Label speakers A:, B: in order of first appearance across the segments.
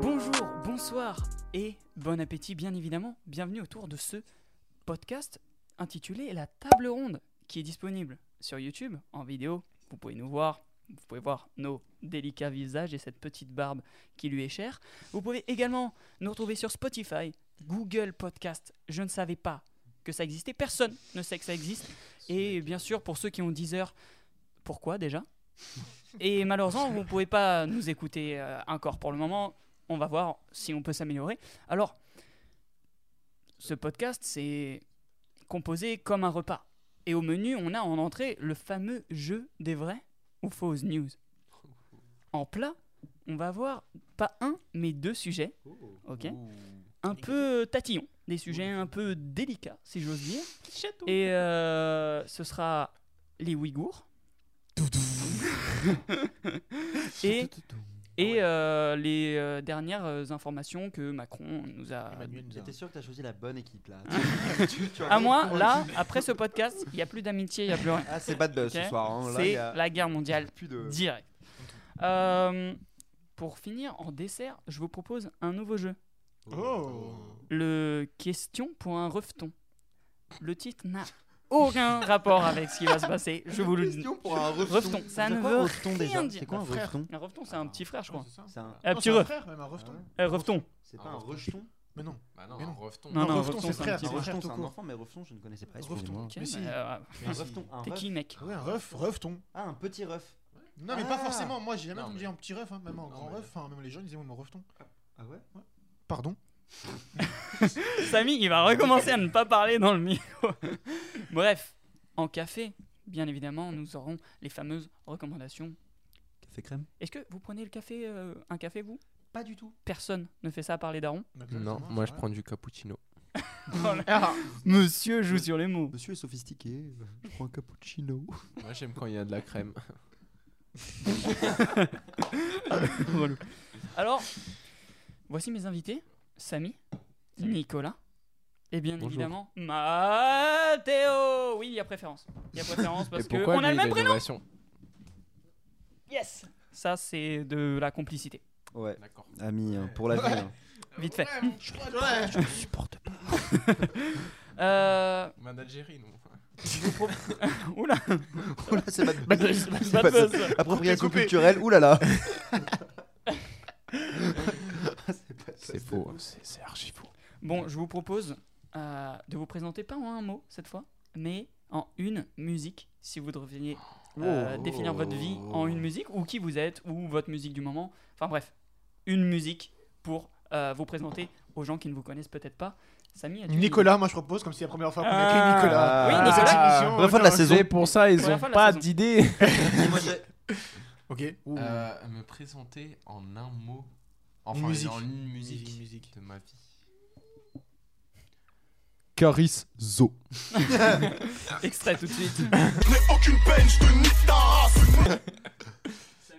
A: Bonjour, bonsoir et bon appétit bien évidemment. Bienvenue autour de ce podcast intitulé La table ronde qui est disponible sur YouTube en vidéo. Vous pouvez nous voir, vous pouvez voir nos délicats visages et cette petite barbe qui lui est chère. Vous pouvez également nous retrouver sur Spotify, Google Podcast. Je ne savais pas que ça existait, personne ne sait que ça existe. Et bien sûr, pour ceux qui ont 10 heures, pourquoi déjà Et malheureusement, vous ne pouvez pas nous écouter euh, encore pour le moment on va voir si on peut s'améliorer. Alors, ce podcast, c'est composé comme un repas. Et au menu, on a en entrée le fameux jeu des vraies ou fausses news. En plat, on va avoir pas un, mais deux sujets, ok Un peu tatillon, des sujets un peu délicats, si j'ose dire. Et euh, ce sera les Ouïghours. Et et euh, les euh, dernières euh, informations que Macron nous a.
B: Emmanuel nous a-
C: J'étais Ah, sûr que t'as choisi la bonne équipe là. Tu- tu as-
A: Ah. À moi, là, après ce podcast, il n'y a plus d'amitié, il n'y a plus rien.
C: Ah, c'est bad buzz
A: Ok.
C: ce soir. hein. Là, il
A: C'est
C: y a
A: la guerre mondiale
C: plus de.
A: direct. Euh, pour finir, en dessert, je vous propose un nouveau jeu le question pour un refton. Le titre n'a aucun rapport avec ce qui va se passer, je vous le dis.
C: Question pour un refton.
A: Refton, ça
C: C'est
A: ne
C: quoi,
A: veut
C: refton, déjà
A: dire. Bah,
C: C'est quoi un
A: Frère.
C: refton
A: Un refton, c'est un petit frère, je crois.
D: C'est ça.
C: C'est un.
A: Un
D: Non,
A: petit
D: c'est un
A: ref.
D: frère, même un
C: Ah
D: rejeton.
A: Euh, refton.
C: C'est
D: Un
C: pas un
D: refton.
C: rejeton
D: Mais non.
E: Bah non,
D: Mais
E: un
D: non.
E: rejeton.
A: Non,
D: Un
A: non,
D: refton,
A: refton,
D: c'est
A: c'est un
D: frère,
A: petit frère.
C: Un
D: c'est frère.
C: rejeton, c'est un
D: Toko.
C: enfant, mais refton, je ne connaissais pas.
D: Refton.
C: excusez-moi.
A: Ok,
D: Mais si.
A: mais, euh,
C: Un refton, un
A: T'es
C: ref.
A: qui, mec
D: Ouais, un ref, refton.
C: Ah, un petit ref.
D: Non, mais
C: Ah.
D: pas forcément. Moi, j'ai jamais
E: Non,
D: entendu
E: mais-
D: un petit ref, hein, même un
E: Non,
D: grand
E: mais-
D: ref. Enfin, même les jeunes ils disaient, ouais, mon refton.
C: Ah ouais
D: Pardon.
A: Samy, il va recommencer à ne pas parler dans le micro. Bref, en café, bien évidemment, nous aurons les fameuses recommandations.
C: Café crème
A: Est-ce que vous prenez le café, euh, un café, vous
C: Pas du tout.
A: Personne ne fait ça à part les darons.
E: Non, moi je prends du cappuccino.
D: Ah,
A: Monsieur joue sur les mots.
C: Monsieur est sophistiqué. Je prends un cappuccino.
E: Moi j'aime quand il y a de la crème.
A: Alors, voici mes invités. Samy, Nicolas, et bien
E: Bonjour.
A: évidemment, Mathéo Oui, il y a préférence. Il y a préférence parce
E: Et
A: que
E: pourquoi
A: on a
E: lui,
A: le
E: il
A: même prénom.
E: l'innovation
A: Yes Ça, c'est de la complicité.
C: Ouais,
E: D'accord.
C: ami, hein, pour la vie. hein.
A: Vite fait.
D: Ouais.
C: Je supporte pas.
A: Euh,
E: On vient d'Algérie, nous.
A: je vous propose... Oula
C: Oh là, c'est bad
A: Bad buzz,
C: buzz.
A: bad
C: C'est bad
A: buzz.
C: buzz. Appropriation
D: Coupé, coupé.
C: culturelle, oulala.
E: C'est faux, hein. c'est archi faux.
A: Bon, je vous propose euh, de vous présenter pas en un mot cette fois, mais en une musique, si vous deviez euh,
C: Wow.
A: définir votre vie en une musique, ou qui vous êtes, ou votre musique du moment. Enfin bref, une musique pour euh, vous présenter aux gens qui ne vous connaissent peut-être pas. Samy, as-tu une-
D: Nicolas, moi je propose, comme c'est la première fois qu'on a
A: Ah.
D: appelé Nicolas.
A: Oui,
C: Ah.
D: Dans cette
A: Nicolas.
D: émission,
C: Première fois de la
D: genre,
C: saison.
E: C'est pour ça, ils
A: Pour la
E: ont
A: fin de la
E: pas
A: saison.
E: d'idée.
C: Moi, j'ai-
D: Ok. Ouh.
E: Euh, me présenter en un mot.
D: Une
E: Enfin,
D: musique.
E: en une musique,
D: Musique,
E: de ma vie.
C: Caris Zo.
A: Extrait tout de suite.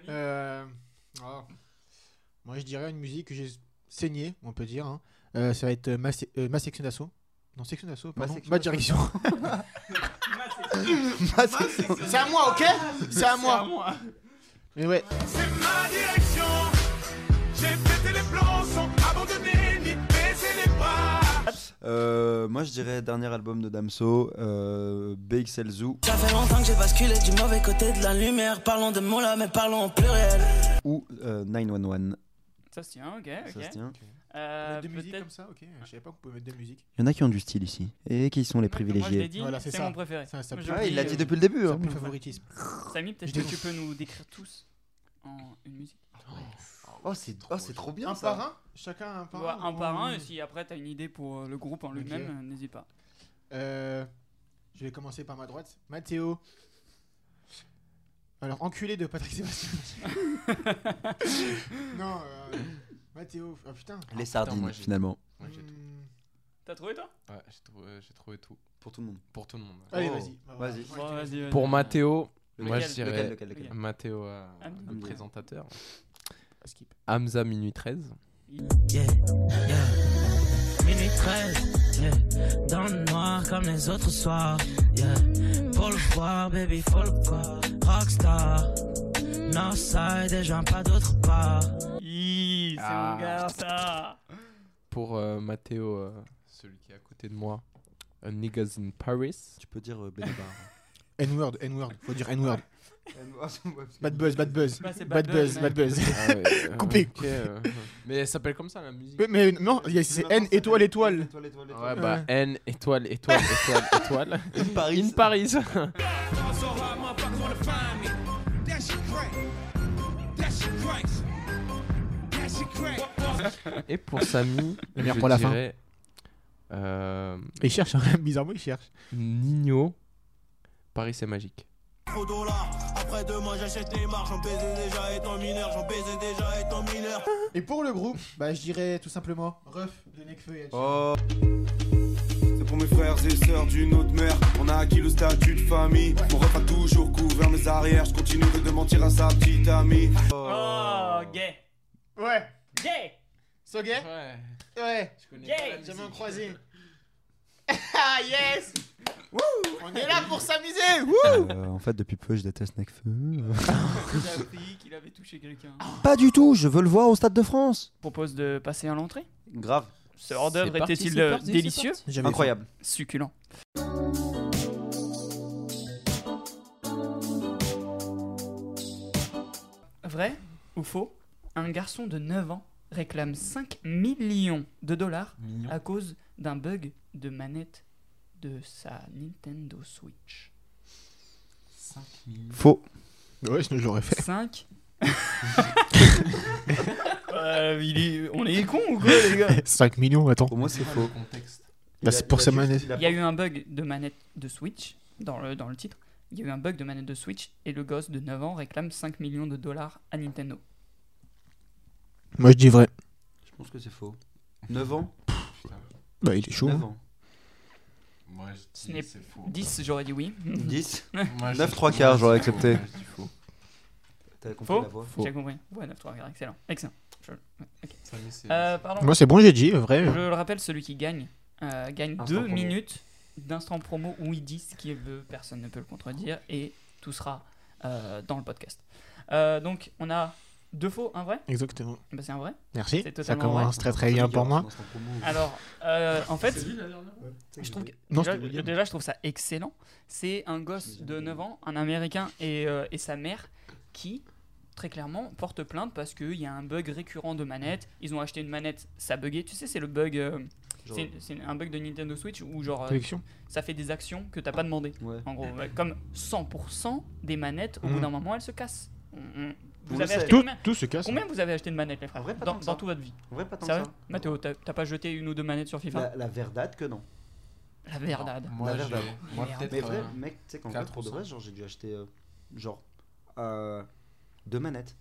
D: Euh, oh. Moi, je dirais une musique que j'ai saignée, on peut dire. hein. Euh, ça va être euh, ma, se- euh, ma section d'assaut. Non, section d'assaut, pardon.
C: section
D: Ma,
C: d'assaut.
D: direction.
C: Massé-
D: C'est à moi, ok C'est à moi. Mais ouais.
F: C'est ma direction. J'ai pété les plans sans abandonner ni baisser les bras.
C: Euh, moi je dirais dernier album de Damso, euh, BXL Zoo
G: Ça fait longtemps que j'ai basculé du mauvais côté de la lumière. Parlons de mots là, mais parlons en pluriel.
C: ou euh, 911.
A: Ça se tient, ok.
C: Ça
A: ok.
C: se tient.
A: Euh,
D: deux musiques
A: peut-être-
D: comme ça, ok. Je savais pas qu'on pouvait mettre deux musiques.
C: Il y en a qui ont du style ici et qui sont
A: Moi, je
C: les
A: l'ai
C: privilégiés.
A: dit,
D: Voilà, c'est
A: c'est
D: ça.
A: mon préféré.
D: Ça, ça
A: Moi,
D: plaît.
A: je
C: Ah, il l'a
A: l'ai
C: dit depuis le début. hein.
D: Ça s'appelle favoritisme.
A: Samy, peut-être
D: Je
A: que
D: déconfie.
A: tu peux nous décrire tous en une musique.
C: Oh, c'est oh, c'est trop bien
D: Un
C: ça.
D: par un Chacun un par
A: Ouais,
D: un
A: un par un, et
D: ou-
A: si après t'as une idée pour euh, le groupe en lui-même, euh, n'hésite pas.
D: Euh, je vais commencer par ma droite. Mathéo. Alors, enculé de Patrick Sébastien. non, euh, Mathéo. Ah putain.
C: Les
E: putain,
C: sardines
E: moi, j'ai-
C: finalement.
E: Moi j'ai tout.
D: Hmm.
A: T'as trouvé toi
E: Ouais, j'ai trou- euh, j'ai trouvé tout.
C: Pour tout le monde.
E: Pour tout le monde.
D: Allez,
C: Oh.
D: vas-y. Bah, voilà.
C: Vas-y.
D: Moi,
A: Bon,
D: je te laisse.
A: vas-y, vas-y.
E: Pour Mathéo, moi
A: Lequel
E: je dirais.
C: lequel, lequel,
A: lequel
E: Mathéo, euh,
A: Hamza.
E: le présentateur.
D: Skip.
E: Hamza Minuit 13.
G: Yeah, yeah. Minuit 13, yeah. Dans le noir comme les autres soirs. Yeah. Pour le voir, baby, faut le voir. Rockstar, Northside et je viens pas d'autre part.
A: Ih, c'est
E: Ah.
A: mon gars, ça.
E: Pour euh, Mathéo, euh, celui qui est à côté de moi, A Niggas in Paris.
C: Tu peux dire euh, Benabar.
D: N-word, N-word, faut dire N-word. Bad
C: Bad
D: buzz, bad buzz.
A: Bah, c'est
D: Bad buzz,
A: mec.
D: bad buzz.
E: Ah ouais, euh,
D: Coupé.
E: ok, euh, mais elle s'appelle comme ça la musique.
D: Mais- Mais non, il y a- c'est N, étoile, étoile.
C: Étoile, étoile,
E: Ouais,
C: étoile.
E: bah N, étoile, étoile, étoile, étoile.
C: In Paris.
E: In Paris.
F: So hard, motherfuckers wanna find me. That shit crack. That shit cracks. That shit crack.
E: Et pour Samy,
D: Le meilleur
E: je
D: pour la fin.
E: dirais, euh,
D: Et il cherche, hein, bizarrement, il cherche.
E: Nino, Paris c'est magique.
B: Au dollar. Après demain, j'achète les marques. J'en baisais déjà étant mineur. J'en baisais déjà étant mineur.
D: Et pour le groupe, bah je dirais tout simplement Ref de Nekfeu et Ed Sheeran.
B: Oh.
H: C'est pour mes frères et sœurs d'une autre mère. On a acquis le statut de famille. Mon ref a toujours couvert mes arrières. Je continue de mentir à sa petite amie.
A: Oh, gay.
D: Ouais,
A: Gay.
D: so gay
E: Ouais,
D: Ouais,
E: je connais
A: Yeah, pas la
D: jamais en croisé.
E: euh,
D: ah yes On est là pour s'amuser wouh
C: Euh, en fait, depuis peu, je déteste Nekfeu.
A: J'ai appris qu'il avait touché quelqu'un.
C: Pas du tout, je veux le voir au Stade de France.
A: Propose de passer à l'entrée.
C: Grave,
A: Ce hors d'œuvre
E: parti,
A: était-il euh,
E: c'est parti, c'est
A: délicieux,
E: parti.
D: J'avais
C: incroyable.
A: succulent Vrai ou faux Un garçon de 9 ans réclame 5 millions de dollars à cause d'un bug de manette de sa Nintendo Switch.
C: Faux.
D: Bah Ouais, sinon je l'aurais fait.
A: 5 On est con ou quoi, les gars
D: 5 millions, attends.
C: Pour moi, c'est faux.
D: Bah, c'est pour sa manette.
A: Il y a eu un bug de manette de Switch dans le, dans le titre. Il y a eu un bug de manette de Switch et le gosse de 9 ans réclame 5 millions de dollars à Nintendo.
D: Moi je dis vrai.
C: Je pense que c'est faux. 9 ans
D: Bah il est chaud.
C: 9 ans.
E: Moi je
A: Ce n'est
E: c'est faux.
A: 10, j'aurais dit oui.
C: 10
E: Moi, je
C: Neuf
E: dis-
C: trois quarts,
E: moi, je
C: j'aurais
E: dis faux,
C: accepté.
E: moi, je dis faux.
C: T'as compris
A: Faux
C: la voix
A: J'ai compris. Ouais, 9, 3, excellent. Excellent. Je, ouais, ok.
E: Samy, c'est-
A: Euh, pardon.
D: Moi c'est bon, j'ai dit, vrai.
A: Je le rappelle, celui qui gagne euh, gagne
C: Instant
A: 2
C: promo.
A: minutes d'instant promo où il dit ce qu'il veut, personne ne peut le contredire et tout sera euh, dans le podcast. Euh, donc, on a deux faux, un vrai
D: Exactement.
A: Bah, C'est un vrai.
D: Merci.
A: C'est
D: Ça
A: totalement
D: commence très très bien pour moi.
A: Alors, euh, en fait, je trouve que-
D: Non,
A: déjà,
D: c'était William.
A: déjà, je trouve ça excellent. C'est un gosse de 9 ans, un Américain et, euh, et sa mère qui, très clairement, porte plainte parce qu'il y a un bug récurrent de manette. Ils ont acheté une manette, ça buguait. Tu sais, c'est le bug, euh, c'est c'est un bug de Nintendo Switch où genre euh,
D: Collection.
A: ça fait des actions que t'as pas demandé.
C: Ouais.
A: En gros, bah, comme 100% des manettes, au
D: Mhm.
A: bout d'un moment, elles se cassent. On- on-
C: On
A: Vous
C: le
A: avez
C: sait.
A: acheté
D: Tout,
A: combien,
D: tout se casse.
A: combien vous avez acheté de manettes, les
C: En
A: frères,
C: vrai, pas
A: dans,
C: tant que ça.
A: dans toute votre vie
C: En vrai, pas tant que
A: Sérieux
C: ça.
A: Mathéo, t'as t'as pas jeté une ou deux manettes sur FIFA
C: La, la verdade que non.
A: La verdade.
E: Moi,
C: La
E: j'ai-
C: verdade.
E: Bah, moi,
A: Merde.
E: peut-être,
C: Mais vrai,
E: euh,
C: mec, tu sais qu'en vrai, pour de
E: 4%.
C: vrai, genre, j'ai dû acheter, euh, genre, euh, deux manettes.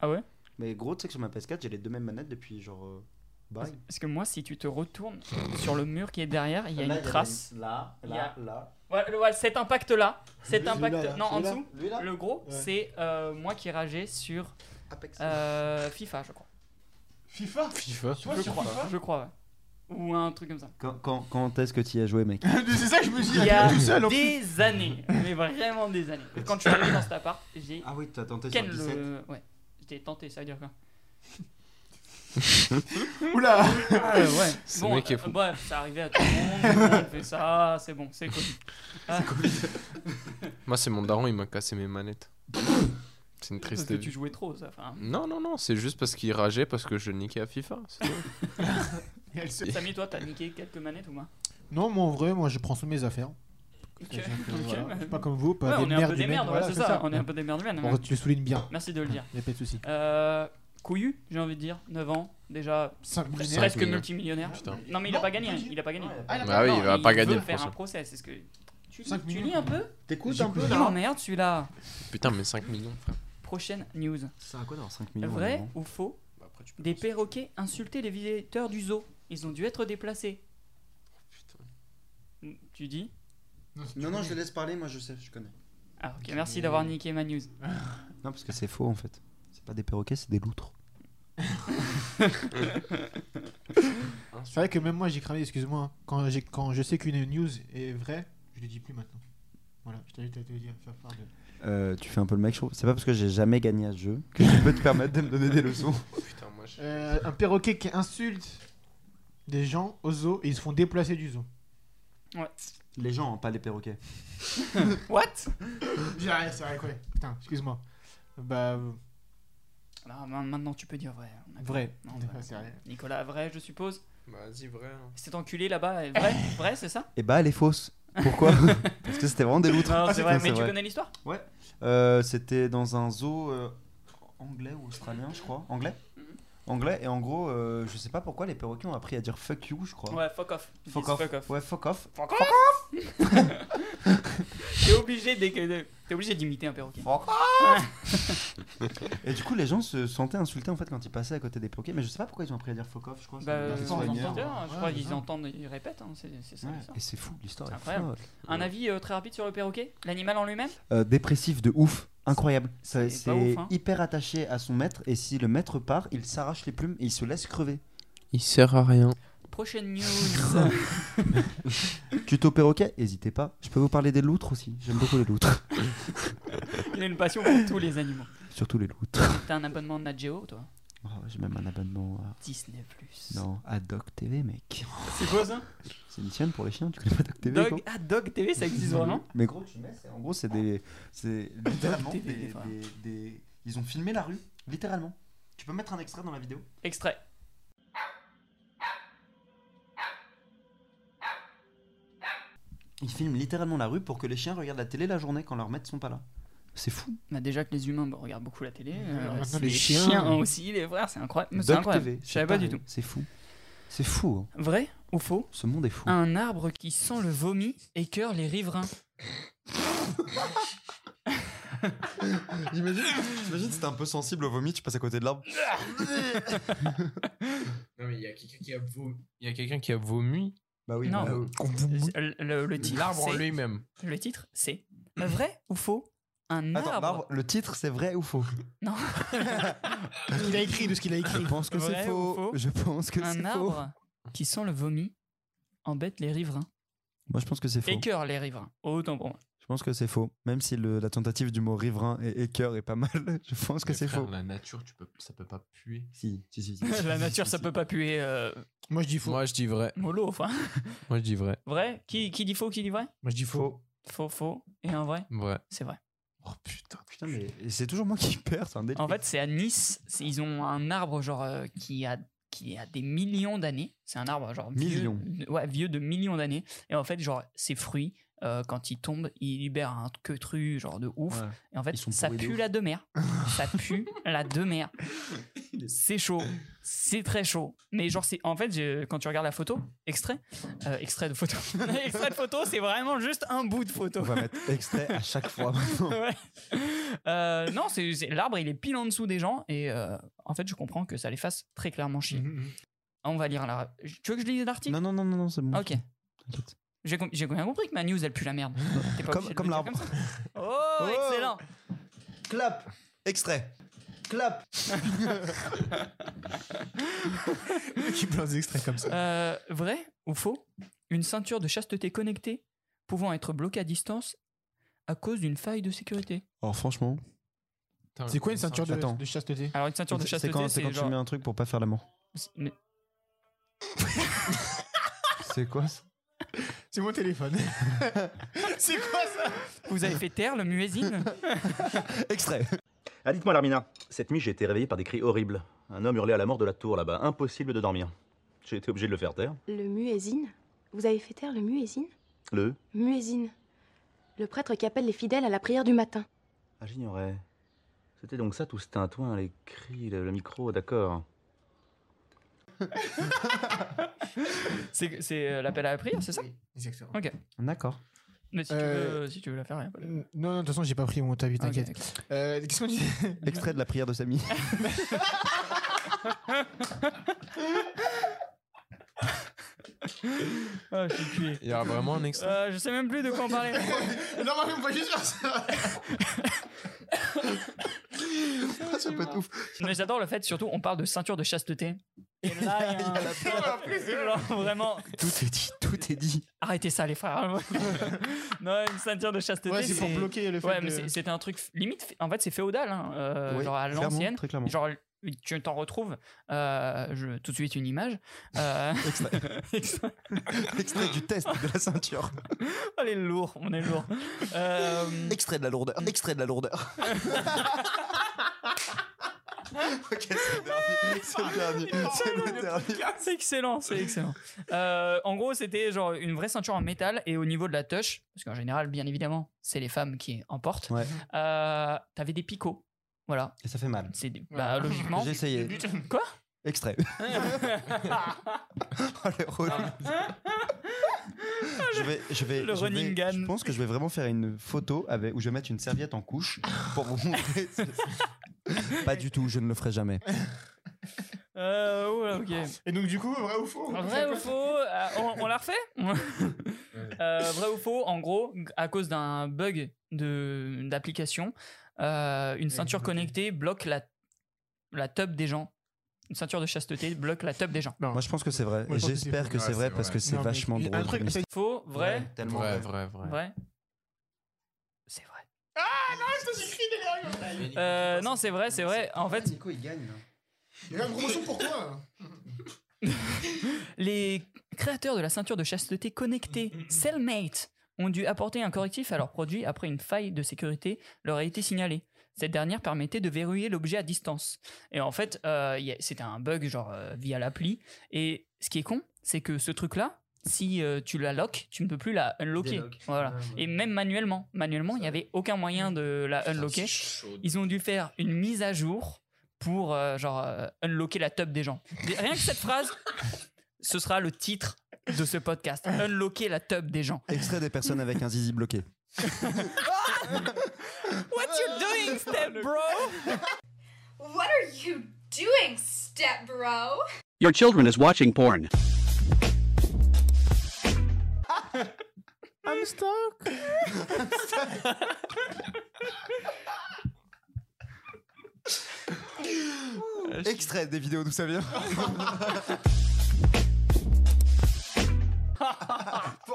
A: Ah ouais
C: Mais gros, tu sais que sur ma PS4, j'ai les deux mêmes manettes depuis, genre, euh,
D: Bah
C: bye.
A: Parce que moi, si tu te retournes sur le mur qui est derrière, il y a
C: Là,
A: une trace.
C: Là,
A: Il y a-
C: là, là.
A: Voilà, le- voilà, cet impact-là, cet
D: Celui-là,
A: impact.
D: là,
A: non, en
D: celui-là.
A: dessous,
C: Lui, là
A: le gros,
D: Ouais.
A: c'est euh, moi qui rageais sur
C: Apex.
A: euh, FIFA, je crois.
D: FIFA
E: FIFA.
A: je crois, je crois, ouais. Ou un truc comme ça.
C: Quand, quand, quand est-ce que tu y as joué, mec
D: C'est ça que je me suis
A: Il y a
D: tout seul en plus.
A: des années, mais vraiment des années. Quand je suis arrivé dans cet appart, j'ai
C: Ah oui, t'as tenté
A: ken le. Ouais, j'étais tenté, ça veut dire quoi
D: Oula
A: Ah ouais.
E: Ce
A: Bon,
E: mec est
A: euh,
E: fou.
A: bref, ça arrivait à tout le monde, tout le monde fait ça, c'est bon, c'est connu. Ah,
E: Moi, c'est mon daron, il m'a cassé mes manettes. C'est une
A: parce
E: triste
A: que
E: vie.
A: tu jouais trop, ça. Enfin,
E: Non, non, non, c'est juste parce qu'il rageait parce que je niquais à FIFA. c'est tout.
A: Samy, toi, t'as niqué quelques manettes ou pas
D: Non, moi en vrai, moi je prends sous mes affaires.
A: Ok.
D: C'est-à-dire que,
A: Ok,
D: voilà,
A: bah,
D: je suis Pas comme vous,
A: ouais,
D: pas
A: on
D: des
A: est un
D: merdes
A: peu des
D: humaines.
A: merdes,
D: voilà,
A: ouais, c'est ça, on est un peu des merdes humaines.
D: Bon, Tu le soulignes bien,
A: Merci de le dire.
D: y a pas de soucis.
A: Euh, couillu, j'ai envie de dire, 9 ans, déjà
D: 5
E: Cinq
A: presque
E: millions.
A: multimillionnaire.
E: Putain.
A: Non, Ah, mais il a
D: Non,
A: pas gagné, hein,
D: couillu.
A: il a pas gagné.
E: Bah oui, il va
A: Non,
E: pas gagner
A: veut
E: le
A: faire
E: procès.
A: un procès, c'est ce que tu,
D: Cinq
A: tu
D: millions.
A: lis un peu
C: T'écoutes
D: un peu,
A: Il m'emmerde celui-là.
E: Putain, mais 5 millions, frère.
A: Prochaine news.
C: C'est un quoi dans 5 millions
A: Euh, Vrai
C: vraiment
A: ou faux
E: Bah,
A: Des perroquets insultaient les visiteurs du zoo. Ils ont dû être déplacés. Mm, Tu dis
C: Non, non, je te laisse parler, moi je sais, je connais.
A: Ah ok, merci d'avoir niqué ma news.
C: Non, parce que c'est faux en fait. C'est pas des perroquets, c'est des loutres.
D: C'est vrai que même moi j'ai cramé, excuse-moi, hein. quand, j'ai- quand je sais qu'une news est vraie, je ne le dis plus maintenant. Voilà, je t'invite à te le dire. faire part de-
C: euh, tu fais un peu le mec, je trouve. C'est pas parce que j'ai jamais gagné à ce jeu que tu peux te permettre de me donner des leçons.
E: Putain, moi je.
D: Euh, un perroquet qui insulte des gens au zoo et ils se font déplacer du zoo.
C: Les gens, hein, pas les perroquets.
A: What
D: J'ai rien, c'est vrai, quoi. Putain, excuse-moi. Bah, euh,
A: Là, ma- maintenant, tu peux dire vrai. on a-
D: vrai.
A: Non, vrai.
D: Ah, c'est vrai.
A: Nicolas, vrai, je suppose.
E: Bah, vas-y, vrai. hein.
A: Cet enculé là-bas, est vrai Vrai, c'est ça
C: Et bah, elle est fausse. Pourquoi Parce que c'était vraiment des loutres. Ah,
A: Non, c'est vrai,
C: c'est
A: mais tu
C: vrai.
A: connais l'histoire
C: Euh, c'était dans un zoo euh, anglais ou australien, je crois. Anglais
A: Mhm.
C: Anglais, et en gros, euh, je sais pas pourquoi les perroquets ont appris à dire fuck you, je crois.
A: Ouais, fuck off. Ils
C: Fuck
A: disent
C: off.
A: Fuck off.
C: Ouais, fuck off.
A: Fuck off T'es obligé dès que- t'es obligé d'imiter un perroquet.
C: Fuck Et du coup, les gens se sentaient insultés en fait quand ils passaient à côté des perroquets, mais je sais pas pourquoi ils ont appris à dire fuck off, je crois.
A: Bah,
C: c'est une
A: euh, ils
C: partie
D: c'est
A: entendent,
C: soigneur.
D: soigneur.
A: hein, je
D: Ouais,
A: crois,
D: c'est
A: ils
D: ça.
A: entendent, ils répètent, hein, c'est c'est ça
C: Ouais,
A: l'histoire.
C: Et c'est fou, l'histoire
A: C'est
C: est
A: incroyable.
C: folle.
A: Un avis euh, très rapide sur le perroquet L'animal en lui-même
C: Euh, dépressif de ouf, incroyable. Ça-
A: C'est
C: C'est
A: pas ouf, hein.
C: hyper attaché à son maître, et si le maître part, il s'arrache les plumes et il se laisse crever.
E: Il sert à rien.
A: Prochaine news
C: Tuto perroquet, hésitez pas. Je peux vous parler des loutres aussi, j'aime beaucoup les loutres.
A: Il a une passion pour tous les animaux.
C: Surtout les loutres.
A: T'as un abonnement de Nat Geo, toi
C: Oh, J'ai même un abonnement à
A: Disney Plus.
C: Non, Adoc TV, mec.
A: C'est quoi ça
C: C'est une chaîne pour les chiens, tu connais pas Adoc TV quoi
A: Dog, ah, Dog TV, ça existe vraiment
C: Mais gros, tu mets, c'est- en gros, c'est des. C'est littéralement des,
A: TV, frère.
C: des- des- Ils ont filmé la rue, littéralement. Tu peux mettre un extrait dans la vidéo
A: Extrait.
C: Ils filment littéralement la rue pour que les chiens regardent la télé la journée quand leurs maîtres sont pas là. C'est fou.
A: Bah, déjà que les humains bah, regardent beaucoup la télé. euh,
D: maintenant,
A: c'est
D: les chiens.
A: hein, aussi, les frères, c'est incroyable. C'est
C: Doc
A: incroyable.
C: TV,
A: Je
C: c'est
A: savais pas du tout.
C: pareil, C'est fou. C'est fou. hein.
A: Vrai ou faux
C: Ce monde est fou.
A: Un arbre qui sent le vomi écœure les riverains.
C: Imagine, si t'es un peu sensible au vomi, tu passes à côté de l'arbre.
E: Non, mais il y a quelqu'un qui a vomi. Il y a quelqu'un qui a vomi.
C: Bah oui.
A: Non.
C: bah,
E: euh,
A: Le, le- le titre,
E: L'arbre en
A: c'est...
E: lui-même.
A: Le titre, c'est... Vrai ou faux Un
C: Attends,
A: arbre...
C: l'arbre, le titre, c'est vrai ou faux
D: Il a écrit de ce qu'il a écrit.
C: Je pense que
A: Vrai
C: c'est
A: ou
C: faux.
A: faux
C: Je pense que c'est
A: Un
C: faux.
A: arbre qui sent le vomi embête les riverains.
C: Moi, je pense que c'est faux.
A: Écœure les riverains. Autant pour moi.
C: Je pense que c'est faux. Même si le- la tentative du mot riverain et écœur est pas mal, je pense que
E: Mais
C: c'est
E: frère,
C: faux.
E: La nature, tu peux... ça peut pas puer.
C: Si, si, si.
A: La nature, ça peut pas puer euh,
D: Moi, je dis faux.
E: Moi, je dis vrai.
A: mollo, enfin.
E: Moi, je dis vrai.
A: Vrai qui, qui dit faux, qui dit vrai
D: Moi, je dis faux.
A: Faux, faux. Et un vrai
E: Vrai.
A: C'est vrai.
E: Oh putain.
C: Putain, mais et c'est toujours moi qui perds, c'est un délire.
A: En fait, c'est à Nice. c'est- Ils ont un arbre genre euh, qui a qui a des millions d'années. C'est un arbre genre
C: Millions.
A: vieux, ouais, vieux de millions d'années. Et en fait, genre ses fruits, euh, quand ils tombent, ils libèrent un queutru genre de ouf.
C: Ouais.
A: Et en fait,
C: Ils sont
A: ça
C: pourris de
A: pue
C: ouf.
A: la demeure. ça pue la demeure. C'est chaud, c'est très chaud. Mais genre, c'est en fait, j'ai- quand tu regardes la photo, extrait, euh, extrait de photo, extrait de photo, c'est vraiment juste un bout de photo.
C: On va mettre extrait à chaque fois maintenant.
A: Ouais. Euh, non, c'est c'est- l'arbre, il est pile en dessous des gens et euh, en fait, je comprends que ça les fasse très clairement chier. On va lire la. Tu veux que je lise l'article
C: Non, non, non, non, non, c'est bon.
A: Ok.
C: T'inquiète.
A: J'ai com- j'ai bien compris que ma news, elle pue la merde. T'es pas
C: Comme-
A: obligé de le
C: comme
A: dire
C: l'arbre.
A: ça. Oh,
C: Oh.
A: excellent.
C: Clap Extrait Clap
D: qui plein d'extraits comme ça.
A: Euh, vrai ou faux Une ceinture de chasteté connectée pouvant être bloquée à distance à cause d'une faille de sécurité.
C: Alors, franchement,
D: C'est quoi une ceinture de,
C: Attends.
D: de chasteté
A: Alors une ceinture de
C: c'est c'est
A: chasteté,
C: quand, c'est
A: c'est
C: quand
A: genre.
C: tu mets un truc pour pas faire l'amour.
A: Mais-
C: c'est quoi ça
D: C'est mon téléphone. c'est quoi ça
A: Vous avez fait taire le muezzin
C: Extrait
I: Ah, dites-moi, Larmina, cette nuit j'ai été réveillé par des cris horribles. Un homme hurlait à la mort de la tour là-bas, impossible de dormir. J'ai été obligé de le faire taire.
J: Le muezzin Vous avez fait taire le muezzin
I: Le
J: Muezzin. Le prêtre qui appelle les fidèles à la prière du matin.
I: Ah, j'ignorais. C'était donc ça tout ce tintouin, les cris, le, le micro, d'accord.
A: C'est c'est, euh, l'appel à la prière, c'est ça
D: Exactement.
C: D'accord.
A: Mais si, tu
D: Euh,
A: veux, si tu veux la faire, rien.
D: Non, Euh, non, de toute façon, j'ai pas pris mon tapis, t'inquiète. Euh, Qu'est-ce qu'on dit
C: Extrait de la prière de Samy.
A: Ah, je suis cuit.
E: Il y aura vraiment un extrait.
A: Euh, je sais même plus de quoi en parler.
D: Non, mais on va juste faire ça.
C: ça peut être ouf.
D: Ah,
A: Mais j'adore le fait, surtout, on parle de ceinture de chasteté. Et là, il y a un-
C: Il y a la peur.
A: Genre, vraiment.
C: Tout est dit, tout est dit.
A: Arrêtez ça, les frères. non, une ceinture de chasteté.
D: Ouais, c'est pour bloquer le fait
A: Ouais, mais
D: que-
A: c'est- c'était un truc limite. En fait, c'est féodal. hein, euh,
C: Ouais,
A: genre à
C: clairement,
A: l'ancienne.
C: très clairement.
A: Genre, tu t'en retrouves. euh, je- tout de suite, une image. Euh, extrait.
C: Extrait du test de la ceinture.
A: On est lourd, on est lourd. Euh,
C: Extrait de la lourdeur. Extrait de la lourdeur. ok, c'est le dernier. C'est
A: Ah,
C: le dernier. C'est le dernier.
A: C'est excellent, c'est excellent. Euh, en gros, c'était genre une vraie ceinture en métal et au niveau de la touche, parce qu'en général, bien évidemment, c'est les femmes qui emportent.
C: Ouais.
A: euh, T'avais des picots, voilà.
C: Et ça fait mal.
A: C'est des- bah, logiquement.
C: J'ai essayé.
A: Quoi
C: Extrait. Oh, je vais, je vais,
A: Ah, Le
C: je vais-
A: running gun.
C: Je pense que je vais vraiment faire une photo avec, où je vais mettre une serviette en couche pour vous montrer. Pas du tout, je ne le ferai jamais.
A: Euh, oula, ok.
D: Et donc, du coup, vrai ou faux
A: Vrai ou faux euh, on, on la refait Euh, Vrai ou faux En gros, g- à cause d'un bug de- d'application, euh, une ceinture connectée bloque la, la teub des gens. Une ceinture de chasteté bloque la teub des gens.
C: Moi, je pense que c'est vrai.
D: Moi,
C: Et
D: je pense que
C: j'espère
D: c'est
C: que
E: faux.
C: c'est
E: Ouais,
C: vrai
E: c'est
C: parce
E: vrai.
C: que c'est
D: Non, mais
C: vachement
D: un
C: drôle.
D: truc,
C: comme
D: c'est-
A: Faux Vrai
C: Tellement
E: Vrai, vrai,
C: vrai.
E: vrai.
A: Vrai C'est vrai. Ah non, je te suis derrière Non, c'est vrai, c'est vrai. En fait,
C: Nico, il gagne.
D: Il y a une promotion pour toi
A: les créateurs de la ceinture de chasteté connectée Cellmate ont dû apporter un correctif à leur produit après une faille de sécurité leur a été signalée. Cette dernière permettait de verrouiller l'objet à distance. Et en fait, euh, y a- c'était un bug genre euh, via l'appli. Et ce qui est con, c'est que ce truc-là, si euh, tu la lock, tu ne peux plus la unlocker.
C: Délock.
A: Voilà.
C: Ouais, ouais.
A: Et même manuellement, manuellement, il n'y avait aucun moyen de la unlocker. Ils ont dû faire une mise à jour pour euh, genre euh, unlocker la top des gens. Des- Rien que cette phrase, ce sera le titre de ce podcast. Unlocker la top des gens.
C: Extrait des personnes avec un zizi bloqué.
A: What you doing, step bro?
K: What are you doing, step bro?
L: Your children is watching porn.
D: I'm stuck
C: Extrait des vidéos d'où ça vient.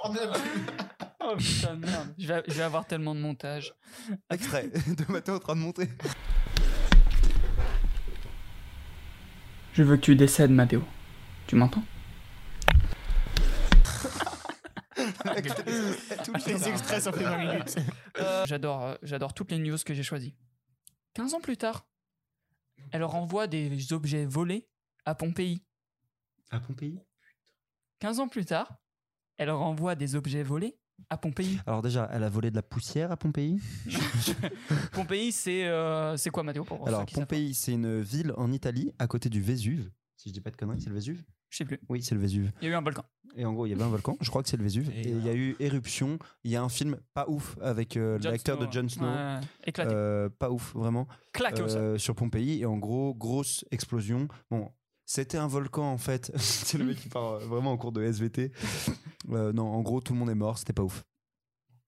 A: Oh putain de merde. Je vais, je vais avoir tellement de montage.
C: Extrait de Mathéo en train de monter.
A: Je veux que tu décèdes, Mathéo. Tu m'entends?
D: Les extraits, ça fait 20 minutes.
A: J'adore, euh, j'adore toutes les news que j'ai choisies. 15 ans plus tard, elle renvoie des objets volés à Pompéi.
C: À Pompéi
A: 15 ans plus tard, elle renvoie des objets volés à Pompéi.
C: Alors, déjà, elle a volé de la poussière à Pompéi.
A: Pompéi, c'est euh, c'est quoi, Mathéo pour ceux
C: Alors,
A: qui savent
C: Pompéi, c'est une ville en Italie à côté du Vésuve. Si je dis pas de conneries, c'est le Vésuve
A: Je sais plus.
C: Oui, c'est le Vésuve.
A: Il y a eu un volcan.
C: Et en gros, il y avait un volcan, je crois que c'est le Vésuve. Et il y a eu éruption. Il y a un film pas ouf avec euh,
A: Jon
C: l'acteur
A: Snow,
C: de Jon
A: ouais.
C: Snow.
A: Ouais, Ah, éclaté.
C: Euh, pas ouf, vraiment. Euh,
A: Claque au sol.
C: Sur Pompéi. Et en gros, grosse explosion. Bon. C'était un volcan en fait. C'est le mec qui part euh, vraiment en cours de SVT. Euh, non, en gros, tout le monde est mort. C'était pas ouf.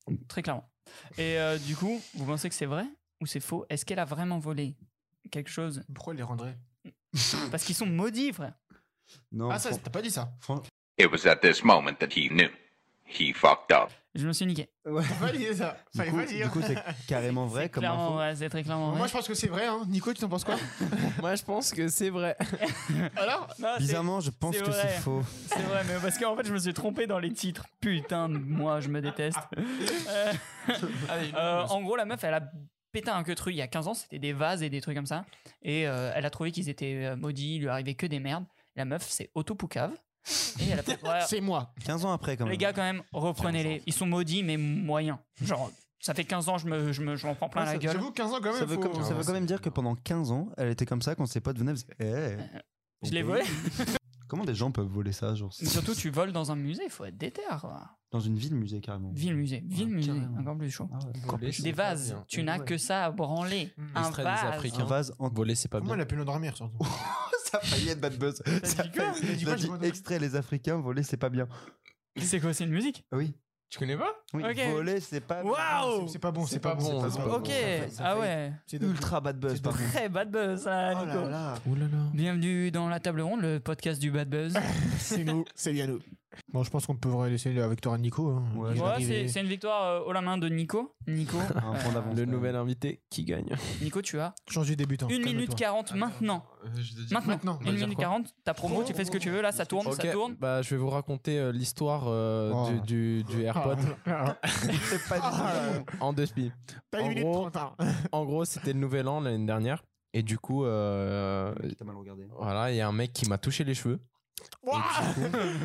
A: euh, Très clairement. Et euh, du coup, vous pensez que c'est vrai ou c'est faux Est-ce qu'elle a vraiment volé quelque chose
D: Pourquoi il les rendrait
A: Parce qu'ils sont maudits, frère.
C: Non.
D: Ah, ça, t'as pas dit ça
M: It was at this moment that he knew. He fucked up.
A: Je me suis niqué.
D: T'as pas dit ça
C: Du
D: Fallait
C: coup,
D: pas dire
C: du coup, c'est carrément vrai comme info.
A: Clairement vrai, c'est très clairement
D: Moi,
A: vrai.
D: je pense que c'est vrai, hein. Nico, tu t'en penses quoi
E: Moi, je pense que c'est vrai.
D: Alors
A: Non, Ah, c'est-
C: Bizarrement, je pense
A: c'est
C: que c'est
A: vrai.
C: faux.
A: C'est vrai, mais parce qu'en fait, je me suis trompé dans les titres. Putain, de moi, je me déteste. Euh, euh, en gros, la meuf, elle a pété un queutru il y a 15 ans, c'était des vases et des trucs comme ça. Et euh, elle a trouvé qu'ils étaient euh, maudits, il lui arrivait que des merdes. La meuf, c'est autopoucave. Et elle a fait, Ouais,
D: C'est moi
C: 15 ans après, quand même.
A: les gars, quand même, reprenez-les. Ils sont maudits, mais moyens. Genre, ça fait 15 ans, je me, je me, je m'en prends plein
D: Ouais,
A: la
D: ça-
A: gueule.
D: J'avoue, 15 ans quand même. hein.
C: ça veut,
D: faut-
C: comme- ça veut quand même dire que pendant 15 ans, elle était comme ça quand ses potes venaient. elle faisait, Eh,
A: Je les volé.
C: Pompéi. Comment des gens peuvent voler ça, genre
A: Mais surtout, tu voles dans un musée, il faut être déter. quoi.
C: Dans une ville musée carrément.
A: Ville-musée, ville-musée,
C: carrément.
A: encore plus chaud.
C: Ah ouais.
E: Voler, c'est
A: Des
E: pas
A: vases,
E: bien.
A: tu n'as
C: Ouais.
A: que ça à branler. Un
E: Extrait des
A: vase.
E: Africains.
C: Un vase en
E: Voler, c'est pas
D: Moi,
E: bien.
D: elle a pu l'endormir surtout.
C: ça faillit être bad buzz.
A: T'as dit quoi
D: Elle a dit
C: Il
D: quoi,
C: a
D: j'ai
C: dit
D: pas entendu
C: extrait les Africains voler c'est pas bien.
A: C'est quoi, c'est une musique
C: Ah Oui.
E: Tu connais pas
C: Oui,
A: Ok.
C: voler, c'est pas.
A: Waouh
D: C'est pas bon, c'est pas
C: c'est
D: bon.
C: pas
D: c'est
C: bon.
D: pas
A: Ok,
D: bon. Ça fait- ça
A: ah
D: fait-
A: ouais.
D: C'est de-
C: Ultra bad buzz, par contre.
A: Très bad buzz, ça,
D: Oh là
A: Nico.
D: là.
A: Bienvenue dans la table ronde, le podcast du bad buzz.
D: C'est nous, c'est bien nous. Bon, je pense qu'on peut laisser la victoire à Nico. hein. Il est
A: Ouais,
D: arrivé.
A: c'est c'est une victoire euh, haut la main de Nico. Nico,
C: Un point d'avance.
E: Le nouvel invité qui gagne.
A: Nico, tu as
D: Change du débutant.
A: 1 minute
D: calme-toi.
A: 40 maintenant.
E: Euh,
D: Maintenant.
A: Maintenant, 1
D: On va dire
A: minute
D: quoi
A: 40, ta promo, tu fais ce que tu veux, là, ça tourne,
E: Ok,
A: ça tourne.
E: Bah, je vais vous raconter euh, l'histoire euh,
D: Oh.
E: du, du, du AirPod
D: Ah,
C: C'est pas du tout.
E: en deux spies.
D: Pas une
E: En
D: minute
E: gros,
D: trente, hein.
E: en gros, c'était le nouvel an l'année dernière. Et du coup, euh,
C: T'as mal regardé.
E: voilà, il y a un mec qui m'a touché les cheveux.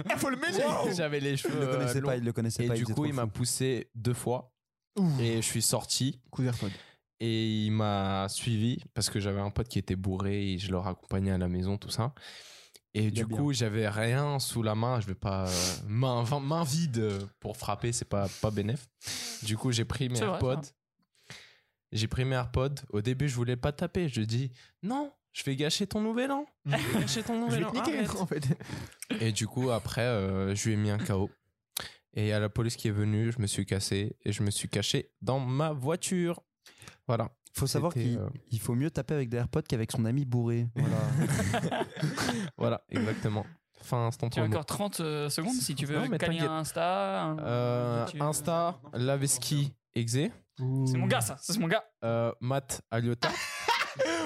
D: Il faut le mêler.
E: J'avais les
C: Il
E: cheveux.
C: Oh. le
E: euh,
C: connaissait
E: longs.
C: pas, il le connaissait
E: Et
C: pas.
E: du
C: était
E: coup,
C: trop
E: il m'a
C: fou.
E: poussé deux fois.
D: Ouh.
E: Et je suis sorti.
D: Coup d'AirPod.
E: Et il m'a suivi parce que j'avais un pote qui était bourré et je le raccompagnais à la maison, tout ça. Et du
C: bien.
E: coup, j'avais rien sous la main. Je vais pas. euh, main, enfin, main vide euh, pour frapper, c'est pas, pas bénef. Du coup, j'ai pris mes
A: C'est vrai,
E: AirPods.
A: ça.
E: J'ai pris mes AirPods. Au début, je voulais pas taper. Je dis non, je vais gâcher ton nouvel an. Je vais gâcher ton
D: Je
E: nouvel
D: vais
E: an.
D: te niquer,
E: arrête.
D: en fait.
E: Et du coup, après, euh, je lui ai mis un KO. Et à la police qui est venue, je me suis cassé et je me suis caché dans ma voiture. Voilà.
C: Faut savoir
E: C'était,
C: qu'il
E: euh,
C: il faut mieux taper avec des AirPods qu'avec son ami bourré. Voilà.
E: Voilà, exactement. Fin instant
A: Tu as
E: promo.
A: encore 30 euh, secondes si tu veux
E: Non, mais
A: caler
E: t'inquiète.
A: un Insta. un-
E: Euh,
A: tu-
E: Insta, Laveski, Exe,
A: C'est mon gars, ça, c'est mon gars.
E: euh, Matt, Aliota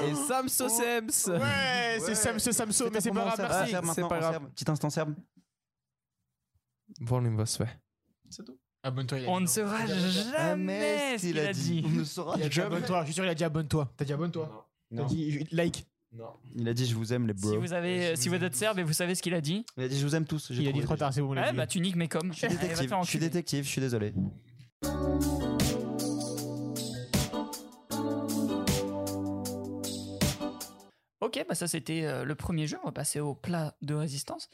E: et Sam Sosems.
D: Ouais, c'est Sam, c'est Samso, mais c'est pas grave, merci.
E: Ah, c'est pas grave.
C: Petit instant serbe.
E: Bon, va se
D: Abonne-toi. il a
A: On ne
D: dit non.
A: saura
C: Ah,
A: jamais Ah, ce qu'il a dit.
C: On ne saura
D: Il a dit
C: jamais.
D: abonne-toi. Je suis sûr, il a dit abonne-toi. T'as dit
A: hein.
D: abonne-toi. T'as dit like.
C: Il a dit je vous aime les
A: Si
C: bros.
A: vous, avez, euh, si vous êtes serbe et vous savez ce qu'il a dit,
C: Il a dit je vous aime tous. j'ai
D: Il a dit
C: trouvé.
D: trop tard, c'est bon, on l'a
A: ouais,
D: dit.
A: bah tu niques mes coms.
C: Je suis détective. Je suis détective. Je suis désolé.
A: Ok, bah ça c'était euh, le premier jeu. On va passer au plat de résistance.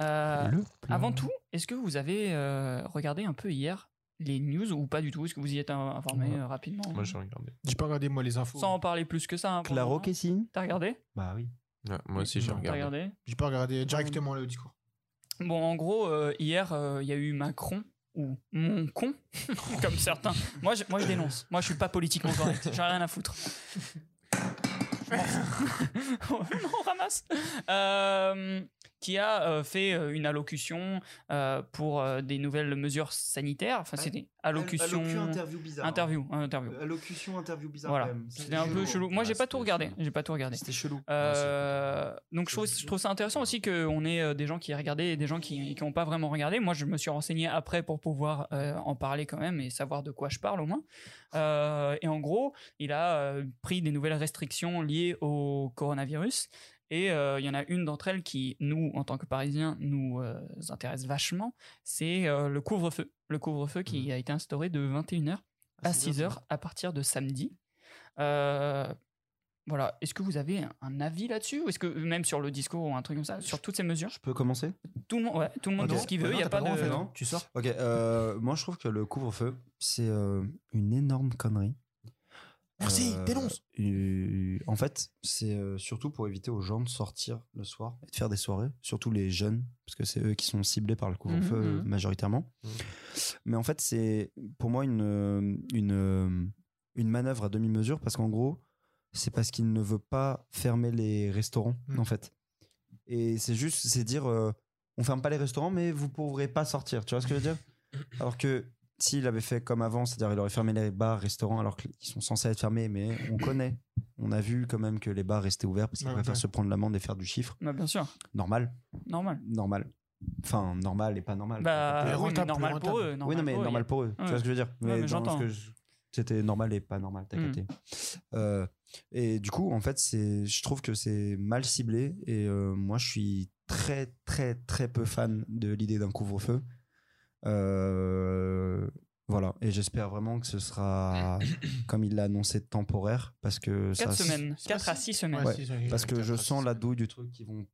A: Euh, Avant tout, est-ce que vous avez euh, regardé un peu hier les news ou pas du tout Est-ce que vous y êtes euh, informé
E: Ouais.
A: euh, rapidement
E: Moi, j'ai regardé.
D: J'ai pas regardé moi les infos.
A: Sans en parler plus que ça. hein, pour le
C: Claro
A: moment.
C: que si.
A: T'as regardé
C: Bah oui.
E: moi aussi, j'ai
A: T'as
E: regardé.
A: regardé
D: J'ai pas regardé directement le discours.
A: Bon, en gros, euh, hier, euh, il y a eu Macron ou mon con, comme certains. Moi je, moi, je dénonce. Moi, je suis pas politiquement correct. J'en ai rien à foutre. Je m'en fous. On ramasse. Euh, qui a euh, fait euh, une allocution euh, pour euh, des nouvelles mesures sanitaires. Enfin, c'était allocution.
C: interview bizarre.
A: Interview, hein, interview.
C: Allocution interview bizarre.
A: Voilà. C'était un peu chelou. Moi, j'ai pas tout regardé. J'ai pas tout regardé.
C: Ah, C'était chelou.
A: Euh, donc je trouve, je trouve ça intéressant aussi qu'on ait euh, des gens qui regardaient et des gens qui n'ont pas vraiment regardé. Moi, je me suis renseigné après pour pouvoir euh, en parler quand même et savoir de quoi je parle au moins. Euh, et en gros, il a euh, pris des nouvelles restrictions liées au coronavirus. Et euh, il y en a une d'entre elles qui, nous, en tant que Parisiens, nous euh, intéresse vachement, c'est euh, le couvre-feu. Le couvre-feu
C: Mmh.
A: qui a été instauré de 21h
C: Ah,
A: à 6h à partir de samedi. Euh, voilà, est-ce que vous avez un- un avis là-dessus Ou est-ce que même sur le discours ou un truc comme ça, sur toutes ces mesures,
C: Je peux commencer
A: tout le monde, ouais, tout le monde
C: Ok.
A: dit ce qu'il veut, il n'y a pas de...
C: Tu sors Ok, euh, moi je trouve que le couvre-feu, c'est euh, une énorme connerie.
D: Merci,
C: Euh,
D: dénonce.
C: euh, en fait, c'est euh, surtout pour éviter aux gens de sortir le soir et de faire des soirées, surtout les jeunes, parce que c'est eux qui sont ciblés par le couvre-feu
A: Mhm, mhm.
C: majoritairement. Mais en fait, c'est pour moi une, euh, une, euh, une manœuvre à demi-mesure, parce qu'en gros, c'est parce qu'il ne veut pas fermer les restaurants,
D: Mhm.
C: en fait. Et c'est juste, c'est dire, euh, on ferme pas les restaurants, mais vous pourrez pas sortir. Tu vois ce que je veux dire Alors que s'il avait fait comme avant, c'est-à-dire il aurait fermé les bars, restaurants, alors qu'ils sont censés être fermés, mais on connaît. On a vu quand même que les bars restaient ouverts parce qu'ils
D: Ouais,
C: préfèrent
D: ouais.
C: se prendre l'amende et faire du chiffre.
A: Bah, bien sûr,
C: Normal,
A: normal.
C: normal. Enfin, normal et pas normal.
A: Bah,
D: Plus
A: oui, mais
D: rentable,
A: normal
D: plus
A: pour eux.
C: Ah, oui, non, mais
A: pour eux,
C: normal pour eux. Tu
A: Ouais.
C: vois ce que je veux dire
A: mais
C: dans
A: j'entends.
C: ce que je- C'était normal et pas normal, t'as
A: Mm.
C: capté. Euh, et du coup, en fait, c'est, je trouve que c'est mal ciblé. Et euh, moi, je suis très, très, très peu fan de l'idée d'un couvre-feu. Euh, voilà. Et j'espère vraiment que ce sera, comme il l'a annoncé, temporaire. Parce que
A: il y a 4
C: ça,
A: semaines,
D: c'est
A: 4
D: pas
A: à 6 semaines.
C: Ouais. parce que je sens la douille du truc qu'ils vont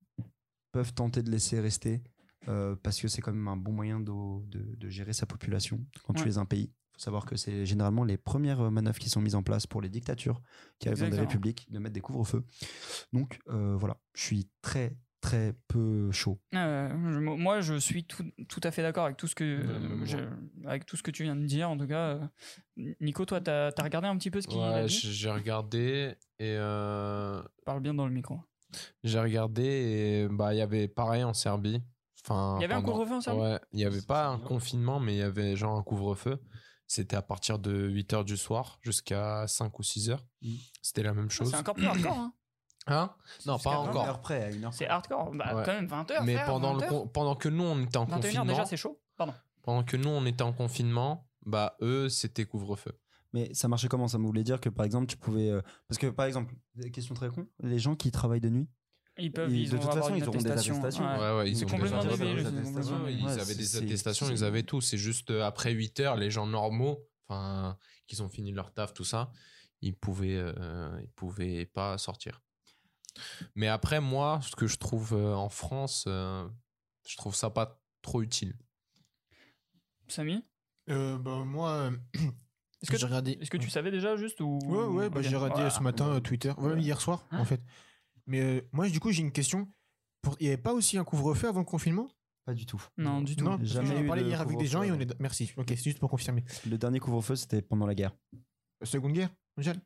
C: peuvent tenter de laisser rester euh, parce que c'est quand même un bon moyen de, de- de gérer sa population quand tu
A: Ouais.
C: es un pays. Il faut savoir que c'est généralement les premières euh, manœuvres qui sont mises en place pour les dictatures qui arrivent dans des
A: Exactement.
C: républiques de mettre des couvre-feux. Donc euh, voilà, je suis très très peu chaud.
A: Euh, je- moi, je suis tout, tout à fait d'accord avec tout ce que
E: Ouais, même moi.
A: je- avec tout ce que tu viens de dire. En tout cas, euh, Nico, toi, t'as as regardé un petit peu ce qu'il a
E: Ouais,
A: dit.
E: j'ai j'ai regardé et. euh,
A: Parle bien dans le micro.
E: J'ai regardé et bah il y avait pareil en Serbie. Enfin,
A: Il y avait un
E: pendant-
A: couvre-feu en Serbie
E: Ouais, il y avait pas un confinement, mais il y avait genre un couvre-feu. C'était à partir de 8 h du soir jusqu'à 5 ou 6 h C'était la même chose.
A: Ah, C'est encore plus hardcore. Hein.
E: Hein Non,
A: Jusqu'à
E: pas
A: 20
E: encore.
A: heures
C: près, à une heure.
A: C'est hardcore. Bah,
E: Ouais.
A: quand même 20 heures.
E: Mais
A: frère,
E: pendant,
A: 20
E: le
A: heures.
E: con- pendant que nous, on était en
A: 21
E: confinement.
A: heures déjà, c'est chaud. Pardon.
E: Pendant que nous, on était en confinement, bah eux, c'était couvre-feu.
C: Mais ça marchait comment Ça voulait dire que par exemple, tu pouvais. euh, parce que par exemple, question très con, les gens qui travaillent de nuit.
A: Ils peuvent, ils
C: de
A: ont-
C: toute
A: avoir
C: façon,
A: une
C: ils auront des
A: attestation.
C: attestations.
A: Ouais.
E: Ouais, ouais, ils
A: C'est
E: ont des
A: complètement
E: attestations.
A: débile,
E: Ils
A: c'est complètement
E: avaient-
A: débile.
E: Ils avaient des attestations, ils avaient tout. C'est juste euh, après 8 heures, les gens normaux, enfin, qui ont fini leur taf, tout ça, ils pouvaient, euh, ils pouvaient pas sortir. Mais après, moi, ce que je trouve euh, en France, euh, je trouve ça pas trop utile.
A: Samy
D: Euh, bah, moi, euh,
A: Est-ce que,
D: j'ai regardé.
A: est-ce que tu savais déjà juste ou...
D: Ouais, ouais, bah,
A: Ok.
D: j'ai regardé
A: Ouais.
D: ce matin euh, Twitter, ouais, hier soir en fait. Mais euh, moi, du coup, j'ai une question. Pour... Il n'y avait pas aussi un couvre-feu avant le confinement
C: Pas du tout.
A: Non, du tout.
D: Non, parce que
C: Jamais
D: j'en ai
C: eu
D: parlé
C: de
D: hier avec des gens et on
C: couvre-feu.
D: est. Merci, ok, c'est juste pour confirmer. Euh,
C: Le dernier couvre-feu, c'était pendant la guerre.
D: Seconde guerre mondiale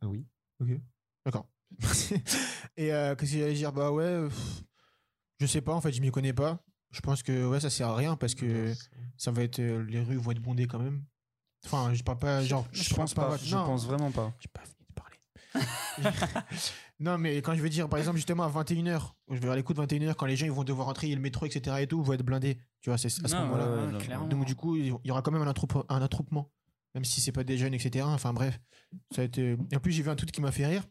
C: Ah oui.
D: Ok. D'accord. Merci. Et euh, qu'est-ce que j'allais dire Bah ouais, euh, pff, je sais pas en fait, je m'y connais pas. Je pense que ouais, ça sert à rien parce que ça va être euh, les rues vont être bondées quand même. Enfin, je parle pas genre.
C: Euh, Je pense
D: parle
C: pas, je
D: non.
C: pense vraiment pas.
D: Non, mais quand je veux dire, par exemple, justement à 21h, je vais vers les coups de 21h, quand les gens ils vont devoir entrer, il y a le métro, etc. et tout, vont être blindés. Tu vois, c'est à ce
A: Non,
D: moment-là.
A: ouais, ouais, clairement.
D: Donc, du coup, il y aura quand même un, attroupe- un attroupement, même si c'est pas des jeunes, etc. Enfin, bref. Ça a été... En plus, j'ai vu un tweet qui m'a fait rire.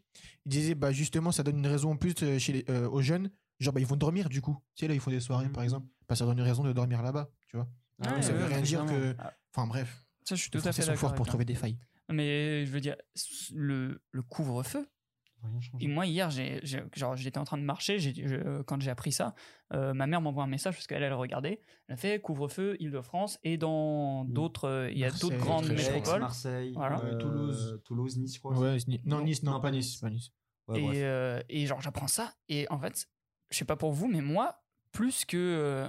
D: Il disait, bah, justement, ça donne une raison en plus euh, chez les- euh, aux jeunes. Genre, bah, ils vont dormir, du coup. Tu sais, là, ils font des soirées, par exemple. Bah, ça donne une raison de dormir là-bas, tu vois.
A: Mm. Ah
D: Donc,
A: ouais,
D: ça veut
A: ouais,
D: rien dire que.
A: clairement.
D: Enfin, bref.
A: Ça, je suis
D: Les
A: tout à
D: Français
A: fait
D: sont
A: d'accord.
D: forts pour
A: avec
D: trouver
A: toi.
D: des failles.
A: Mais je veux dire, s- le, le couvre-feu. Et moi, hier, j'ai- j'ai- genre, j'étais en train de marcher. j'ai- je- quand j'ai appris ça, euh, ma mère m'envoie un message parce qu'elle, elle regardait. Elle a fait couvre-feu, Île-de-France et dans d'autres. euh, Il y a d'autres
D: Marseille,
A: grandes
D: Aix,
A: métropoles.
C: Marseille,
A: Voilà.
C: euh, Toulouse. Toulouse, Nice, je crois.
D: Ouais, Ni- non, Nice, non, pas Nice. pas Nice.
A: et, euh, et genre, j'apprends ça. Et en fait, je sais pas pour vous, mais moi, plus que. euh,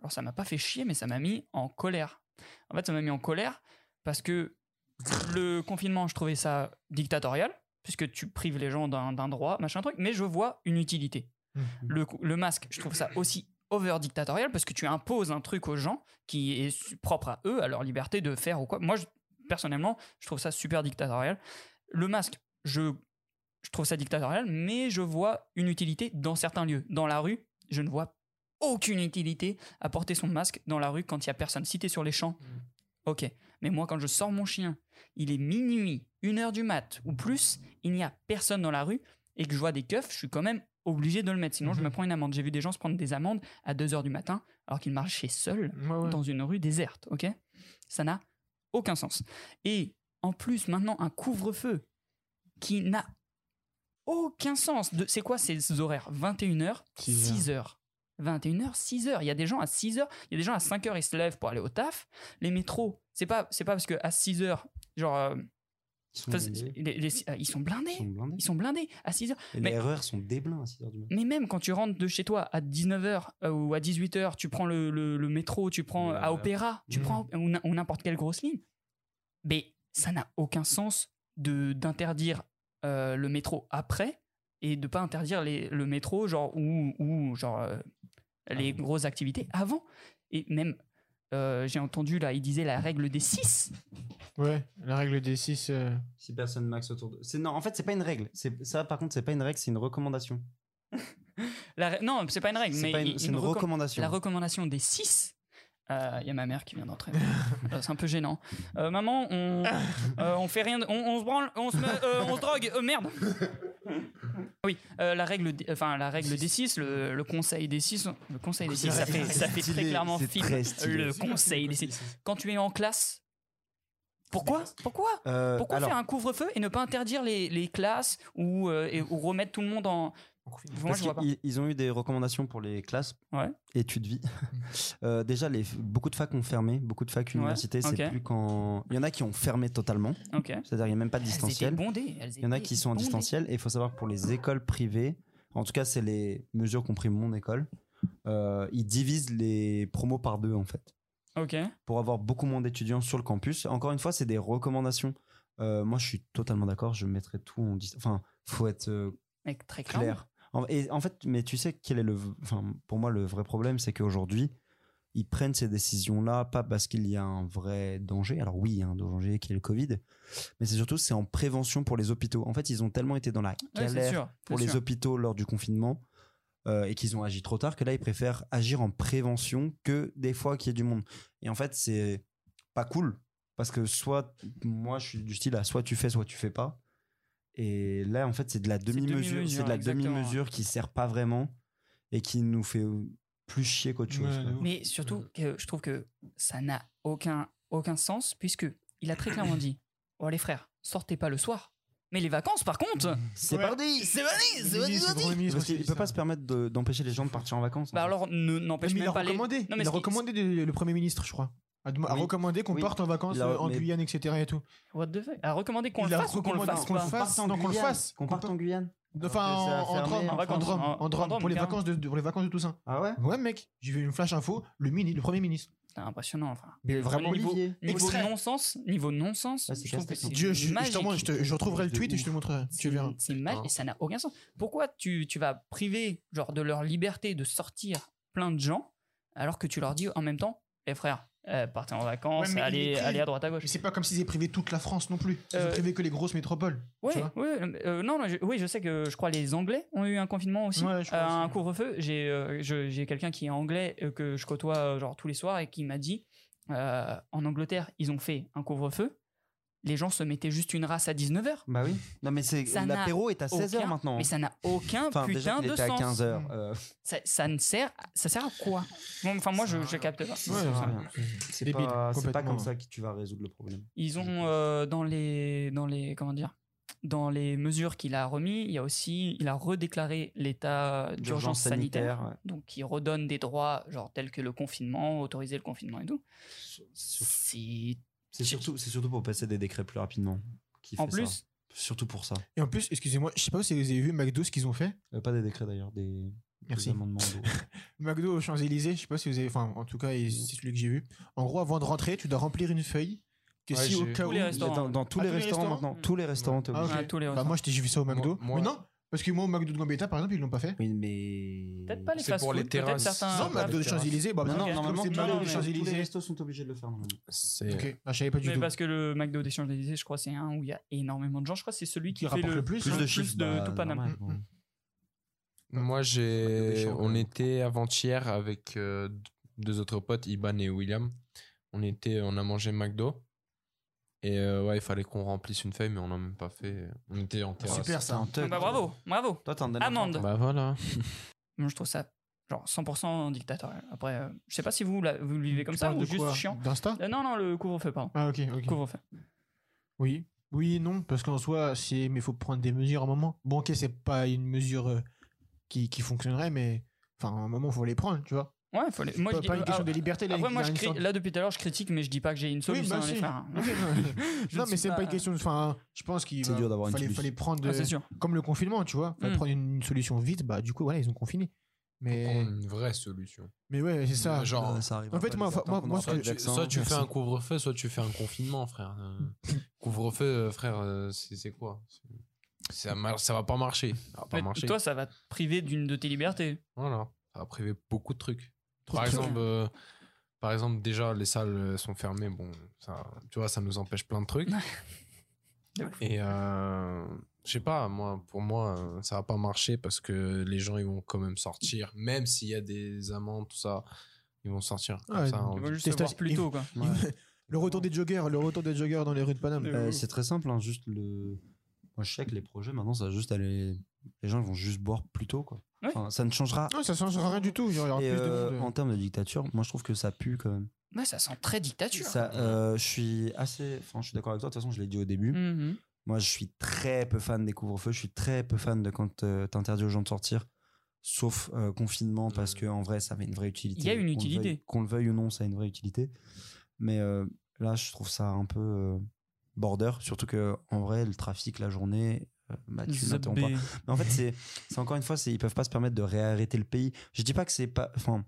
A: alors, ça m'a pas fait chier, mais ça m'a mis en colère. En fait, ça m'a mis en colère parce que le confinement, je trouvais ça dictatorial, puisque tu prives les gens d'un d'un droit, machin truc, mais je vois une utilité.
D: Mmh.
A: Le, cou- le masque, je trouve ça aussi over dictatorial parce que tu imposes un truc aux gens qui est su- propre à eux, à leur liberté de faire ou quoi. Moi, je- personnellement, je trouve ça super dictatorial. Le masque, je, je trouve ça dictatorial, mais je vois une utilité dans certains lieux. Dans la rue, je ne vois aucune utilité à porter son masque dans la rue quand il y a personne. Si t'es sur les champs, ok. Mais moi, quand je sors mon chien, il est minuit, une heure du mat ou plus, il n'y a personne dans la rue et que je vois des keufs, je suis quand même obligé de le mettre. Sinon, je me prends une amende. J'ai vu des gens se prendre des amendes à 2 heures du matin alors qu'ils marchaient seuls dans une rue déserte, ok Ça n'a aucun sens. Et en plus, maintenant, un couvre-feu qui n'a aucun sens. De... C'est quoi ces horaires 21h, 6h. 21h, 6h. Il y a des gens à 6h, il y a des gens à 5h, ils se lèvent pour aller au taf. Les métros, c'est pas, c'est pas parce que à 6h, genre. euh,
C: sont
A: fais-
C: blindés.
A: les- les- euh, ils, sont blindés. ils
C: sont blindés.
A: à 6h.
C: Et Les erreurs sont déblins à 6h du matin.
A: Mais même quand tu rentres de chez toi à 19h ou à 18h, tu prends le, le- le métro, tu prends euh, à Opéra,
C: Mmh.
A: tu prends ou n- ou n'importe quelle grosse ligne. Mais ça n'a aucun sens de d'interdire euh, le métro après et de pas interdire les- le métro genre ou, ou genre euh,
C: Ah
A: les grosses activités avant. Et même euh, j'ai entendu là, il disait la règle des 6.
D: Ouais, la règle des euh, 6.
C: Six personnes max autour de. C'est non, en fait, c'est pas une règle. C'est ça, par contre, c'est pas une règle, c'est une recommandation.
A: La ra- Non, c'est pas une règle,
C: C'est
A: mais
C: pas une-
A: il-
C: c'est une
A: recomm-
C: recommandation.
A: La recommandation des 6. Il y a ma mère qui vient d'entrer. Euh, c'est un peu gênant. Euh, maman, on, euh, on fait rien, de- on, on se branle, on se, me- euh, on se drogue. Euh, merde. Oui, euh, la règle, des- enfin la règle des 6, le, le conseil des 6, le conseil des 6, ça fait, ça fait très
C: Stylé,
A: clairement
C: c'est
A: film.
C: très stylé.
A: le
C: C'est bien,
A: conseil des 6. Quand tu es en classe, pourquoi, pourquoi,
C: Euh,
A: pourquoi
C: alors-
A: faire un couvre-feu et ne pas interdire les, les classes ou, euh, et- ou remettre tout le monde en. Moi,
C: Parce
A: je vois pas.
C: qu'ils- Ils ont eu des recommandations pour les classes, études vie. Euh, déjà, les, beaucoup de facs ont fermé, beaucoup de facs
A: Ouais,
C: universités, c'est
A: ok.
C: plus quand. Il y en a qui ont fermé totalement.
A: Ok.
C: C'est-à-dire, il n'y a même pas de
A: Elles étaient
C: distanciel.
A: bondées, elles
C: Il y en a
A: étaient
C: qui sont en
A: bondées.
C: distanciel et il faut savoir que pour les écoles privées, En tout cas, c'est les mesures qu'ont pris mon école. Euh, ils divisent les promos par deux, en fait
A: Ok.
C: pour avoir beaucoup moins d'étudiants sur le campus. Encore une fois, c'est des recommandations. Euh, moi, je suis totalement d'accord. Je mettrai tout en dis- Enfin, faut être euh,
A: Mec, très clair.
C: clair. En, et en fait, mais tu sais quel est le. v- Enfin, pour moi, le vrai problème, c'est qu'aujourd'hui, ils prennent ces décisions-là pas parce qu'il y a un vrai danger. Alors oui, il y a un danger qui est le Covid, mais c'est surtout c'est en prévention pour les hôpitaux. En fait, ils ont tellement été dans la
A: c'est
C: galère
A: sûr,
C: pour
A: c'est
C: les
A: sûr.
C: hôpitaux lors du confinement euh, et qu'ils ont agi trop tard que là, ils préfèrent agir en prévention que des fois qu'il y ait du monde. Et en fait, c'est pas cool parce que soit moi, je suis du style à soit tu fais, soit tu fais pas. Et là, en fait, c'est de la demi-mesure.
A: demi-mesure,
C: C'est de la
A: exactement,
C: demi-mesure qui sert pas vraiment et qui nous fait plus chier qu'autre chose. quoi.
A: Mais surtout, que je trouve que ça n'a aucun, aucun sens, puisque il a très clairement dit Oh les frères, sortez pas le soir. Mais les vacances, par contre
C: C'est parti
A: C'est parti C'est parti, c'est parti
C: Parce qu'il peut pas se permettre de- d'empêcher les gens de partir en vacances.
A: Bah alors, ne- n'empêche
D: Mais il
A: même
D: a
A: pas les-
D: recommandé,
A: Non, mais
D: il a
A: ce qui-
D: recommandé de- le Premier ministre, je crois. A, dem- a
C: Oui.
D: recommandé qu'on
C: Oui.
D: parte en vacances
C: Il a-
D: euh, en
C: mais-
D: Guyane, etc. Et tout.
A: What the fuck Elle a recommandé qu'on
D: Il
A: le
D: a
A: fasse ou qu'on le
D: recommandé
A: fasse
D: qu'on le
A: pas
D: fasse, non, qu'on le fasse.
C: Qu'on parte en Guyane.
D: Enfin,
C: Alors que ça a
D: en, en
C: fermé,
D: Drôme,
C: en
D: en
C: vacances.
D: Drôme,
C: En-
D: en Drôme,
C: en Drôme,
D: pour les
C: carrément.
D: vacances de, de- pour les vacances de Toussaint.
C: Ah ouais
D: Ouais, mec, j'ai vu une flash info, le mini, le premier ministre.
A: C'est impressionnant, enfin.
D: Mais vraiment,
A: niveau,
D: Olivier.
A: niveau
D: Extrait.
A: non-sens, niveau non-sens,
D: Ah, c'est
A: je trouve que
D: casse-tête,
A: c'est
D: hein. Dieu, je- je te
A: magique.
D: montre, je te- je retrouverai le tweet et je te le montrerai. Tu
A: C'est-
D: verras.
A: C'est
C: Hein
A: magique et ça n'a aucun sens. Pourquoi tu, tu vas priver genre de leur liberté de sortir plein de gens alors que tu leur dis en même temps, les frères, euh, partez en vacances,
D: Ouais, mais il
A: allez,
D: est pris.
A: allez à droite à gauche.
D: Mais c'est pas comme s'ils aient privé toute la France non plus. Ils
A: Euh,
D: ont privé que les grosses métropoles.
A: Ouais,
D: tu vois.
A: ouais, euh, non, non, je, oui, je sais que je crois les Anglais ont eu un confinement aussi,
D: Ouais, je crois
A: euh, un couvre-feu. J'ai, euh, je- j'ai quelqu'un qui est anglais euh, que je côtoie euh, genre tous les soirs et qui m'a dit euh, en Angleterre ils ont fait un couvre-feu. Les gens se mettaient juste une race à 19h.
C: Bah oui. Non, mais c'est
A: Ça n'a
C: l'apéro est à 16h
A: aucun-
C: maintenant. hein.
A: Mais ça n'a aucun
C: Enfin,
A: putain
C: déjà qu'il
A: de
C: était à euh,
A: sens.
C: 15h.
A: Ça, ça ne sert, ça sert à quoi Bon, Enfin, moi, je, je capte pas.
C: Ouais,
A: Enfin,
C: C'est pas,
D: Débile,
C: c'est pas
D: complètement.
C: comme ça que tu vas résoudre le problème.
A: Ils ont euh, dans les dans les comment dire dans les mesures qu'il a remis, il y a aussi il a redéclaré l'état d'urgence
C: D'urgence
A: sanitaire,
C: sanitaire,
A: donc il redonne des droits genre tels que le confinement, autoriser le confinement et tout. C'est
C: C'est surtout, c'est surtout pour passer des décrets plus rapidement. qui
A: En
C: fait
A: plus-
C: ça. surtout pour ça.
D: Et en plus, excusez-moi, je sais pas si vous avez vu McDo ce qu'ils ont fait.
C: Euh, pas des décrets d'ailleurs, des,
D: Merci.
C: des amendements.
D: McDo aux Champs-Élysées, je sais pas si vous avez. Enfin, en tout cas, et c'est celui que j'ai vu. En gros, avant de rentrer, tu dois remplir une feuille que
C: Ouais,
D: si au
C: j'ai-
D: cas
A: Tous
D: où.
A: les
C: d'eau.
A: restaurants. Hmm.
C: Dans, dans tous
D: Ah,
C: les restaurants maintenant, tous les restaurants t'es
D: Ah, ok.
C: obligé.
A: tous les
D: Bah, moi, j'ai vu ça au McDo.
E: Moi-
D: Mais non, parce que moi, au McDo de Gambetta, par exemple, ils l'ont pas fait.
C: Oui, mais.
A: Peut-être pas les
E: C'est pour
A: fast-food,
E: les
A: peut-être
E: terrasses.
A: certains.
D: Non, McDo des Champs-Élysées, bah,
C: Non,
D: bah,
C: non,
D: comme
C: normalement,
D: c'est
C: tous
D: McDo
A: mais-
D: des
C: les
D: Champs-Élysées.
C: restos sont obligés de le faire. normalement.
E: C'est
D: Ok, ah, je savais pas du
A: Mais
D: tout.
A: parce que le McDo des Champs-Élysées, je crois, c'est un où il y a énormément de gens. Je crois que c'est celui qui, fait
D: rapporte le plus,
C: Plus de chiffres
A: de
C: bah,
A: tout Paname.
D: Mm,
C: normal, bon.
E: Moi, j'ai.
C: méchant, quand
D: hein.
E: On
C: même.
E: était avant-hier avec euh, deux autres potes, Iban et William. On était, on a mangé McDo. Et euh, ouais, il fallait qu'on remplisse une feuille, mais on n'a même pas fait. On était en terrasse.
D: Super
C: T'es
D: ça.
C: un teuf,
A: Bah, bravo, bravo.
C: Toi, t'en donnes
A: Amende.
E: Bah voilà.
A: Moi, je trouve ça genre 100% dictatorial. Après, euh, je sais pas si vous, la- vous le vivez comme
D: Tu
A: ça
D: parles
A: ou
D: de
A: juste
D: quoi
A: chiant.
D: D'Insta
A: Euh, non, non, le couvre-feu, pardon.
D: Ah, ok, ok.
A: Couvre-feu.
D: Oui. Oui, non, parce qu'en soi, c'est. Mais faut prendre des mesures à un moment. Bon, ok, c'est pas une mesure euh, qui, qui fonctionnerait, mais. Enfin, à un moment, faut les prendre, tu vois.
A: Ouais, faut les... moi
D: pas,
A: je dis-
D: pas une question
A: ah,
D: de liberté, là.
A: après,
D: il
A: moi,
D: y a
A: je
D: une
A: cri-
D: sorte-
A: là depuis tout à l'heure je critique, mais je dis pas que j'ai une
D: Oui,
A: solution
D: bah
A: à les
D: si.
A: faire, hein. Je
D: non,
A: ne
D: mais
A: suis
D: c'est pas... une question. de- Enfin, je pense qu'il
C: C'est
D: va-
C: dur d'avoir une
D: fallait,
C: solution.
D: fallait prendre.
A: Ah, c'est sûr.
D: Comme le confinement, tu vois. Fallait
A: Mm.
D: prendre une, une solution vite, bah, du coup, voilà, ils ont confiné. Mais,
E: Une vraie solution.
D: mais ouais, c'est ça.
E: Genre,
C: Ouais, ça arrive
D: En fait,
C: pas,
D: moi,
C: les
D: moi,
C: attentes,
D: moi,
C: on aura
D: ce que
E: soit
C: pas de
E: tu,
C: vaccin,
E: soit tu fais
C: merci.
E: un couvre-feu, soit tu fais un confinement, frère. Euh, couvre-feu, euh, frère, euh, c'est c'est quoi C'est- ça, mar- ça va pas marcher. Ça va pas
A: Mais
E: marcher.
A: toi, ça va te priver d'une de tes libertés.
E: Voilà, ça va priver beaucoup de trucs.
D: Trop
E: par
D: de trucs.
E: exemple, euh, par exemple, déjà les salles euh, sont fermées. Bon, ça, tu vois, ça nous empêche plein de trucs.
A: De ouf.
E: Et euh, je sais pas, moi, pour moi, euh, ça va pas marcher parce que les gens ils vont quand même sortir, même s'il y a des amendes, tout ça, ils vont sortir. Comme
D: Ouais,
E: ça,
D: donc,
E: on-
A: Tu vas juste
D: Des
A: savoir
D: stages-
A: plus
D: des-
A: tôt, quoi.
D: Le retour des joggers, le retour des joggers dans les rues de Paname.
A: Euh,
C: Euh, c'est très simple, hein, juste le. Moi, je sais que les projets maintenant, ça va juste aller. Les gens ils vont juste boire plus tôt, quoi.
A: Ouais.
C: Enfin, ça ne changera.
D: Non, ça changera rien du tout. genre, il y aura
C: Et,
D: plus de
C: euh,
D: monde.
C: en termes de dictature, moi, je trouve que ça pue quand même.
A: Ouais, ça sent très dictature.
C: Ça, euh, je suis assez. Enfin, je suis d'accord avec toi. De toute façon, je l'ai dit au début.
A: Mhm.
C: Moi, je suis très peu fan des couvre-feux. Je suis très peu fan de quand euh, t'interdis aux gens de sortir, sauf euh, confinement, parce que en vrai, ça avait une vraie utilité.
A: Il y a une
C: Qu'on le veuille-
A: utilité.
C: Qu'on le veuille ou non, ça a une vraie utilité. Mais euh, là, je trouve ça un peu euh, border. Surtout que en vrai, le trafic la journée, euh, bah, tu
A: The
C: n'interromps pas.
A: B.
C: Mais en fait, c'est c'est encore une fois, c'est- ils peuvent pas se permettre de réarrêter le pays. Je dis pas que c'est pas. Enfin,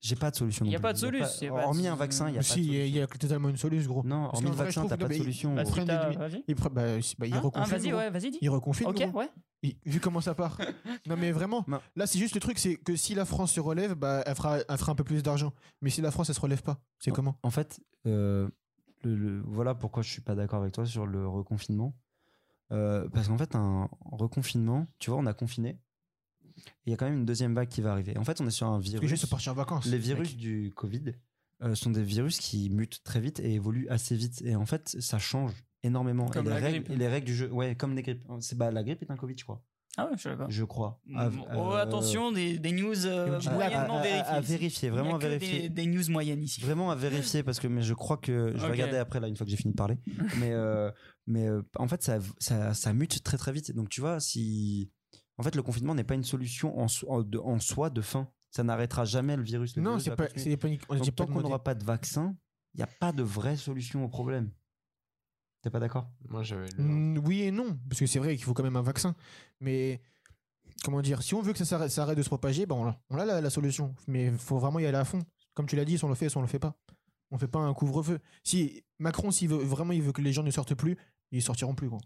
C: j'ai pas de solution.
A: Il y a
C: non
A: pas
C: plus.
A: de solution, il y a pas de
C: Hormis
A: solution.
C: un vaccin, il y a pas de
D: Si, il y a- il y a totalement une solution,
A: Mm.
D: gros.
C: Non, hormis
D: Parce qu'en
C: le
D: vrai, je
C: vaccin,
D: trouve
C: t'as
D: que,
C: pas de
D: bah, ils-
C: solution.
D: Ils
C: Bah,
D: prennent des
A: t'as-
D: limites.
A: vas-y.
D: Ils pre- bah, si- bah, ils
A: Hein, hein,
D: reconfinent.
A: vas-y,
D: gros.
A: ouais, vas-y, dis.
D: Ils reconfinent.
A: Ok,
D: gros.
A: ouais.
D: Ils- Vu comment ça part. Non, mais vraiment. Là, c'est juste le truc, c'est que si la France se relève, bah, elle fera, elle fera un peu plus d'argent. Mais si la France, elle se relève pas, c'est comment
C: En fait, euh, le- le- voilà pourquoi je suis pas d'accord avec toi sur le reconfinement. Euh, parce qu'en fait, un reconfinement, tu vois, on a confiné. Il y a quand même une deuxième vague qui va arriver. En fait, on est sur un virus.
D: que juste partir en vacances,
C: Les
D: mec.
C: virus du Covid euh, sont des virus qui mutent très vite et évoluent assez vite. Et en fait, ça change énormément.
A: Comme
C: et les
A: la
C: règles,
A: grippe.
C: et les règles du jeu, ouais, comme les grippes. C'est bah, la grippe est un Covid, je crois.
A: Ah ouais, je savais pas.
C: Je crois. euh,
A: Mm, oh, attention, des, des news euh,
C: à-
A: moyennement
C: à- à-
A: vérifiées.
C: à vérifier,
A: Il y a
C: vraiment à
A: que des-
C: vérifier.
A: Des, news moyennes ici.
C: Vraiment à vérifier parce que mais je crois que je vais
A: Ok.
C: regarder après là une fois que j'ai fini de parler. mais euh, mais euh, en fait ça, ça ça mute très très vite. Donc tu vois si en fait le confinement n'est pas une solution en, so- en, de- en soi de fin. Ça n'arrêtera jamais le virus. Le
D: Non,
C: virus
D: c'est
C: va
D: pas-
C: continuer.
D: c'est pas unique- on
C: Donc,
D: dit
C: tant
D: pas de
C: qu'on
D: modèle.
C: n'aura pas de vaccin, il n'y a pas de vraie solution au problème. T'es pas d'accord
E: Moi, j'avais lu.
D: Mm, Oui et non, parce que c'est vrai qu'il faut quand même un vaccin. Mais comment dire, si on veut que ça s'arrête, ça arrête de se propager, ben on l'a, on l'a la, la solution. Mais il faut vraiment y aller à fond. Comme tu l'as dit, soit on le fait, soit on le fait pas. On fait pas un couvre-feu. Si Macron, s'il veut vraiment, il veut que les gens ne sortent plus, ils sortiront plus. Quoi.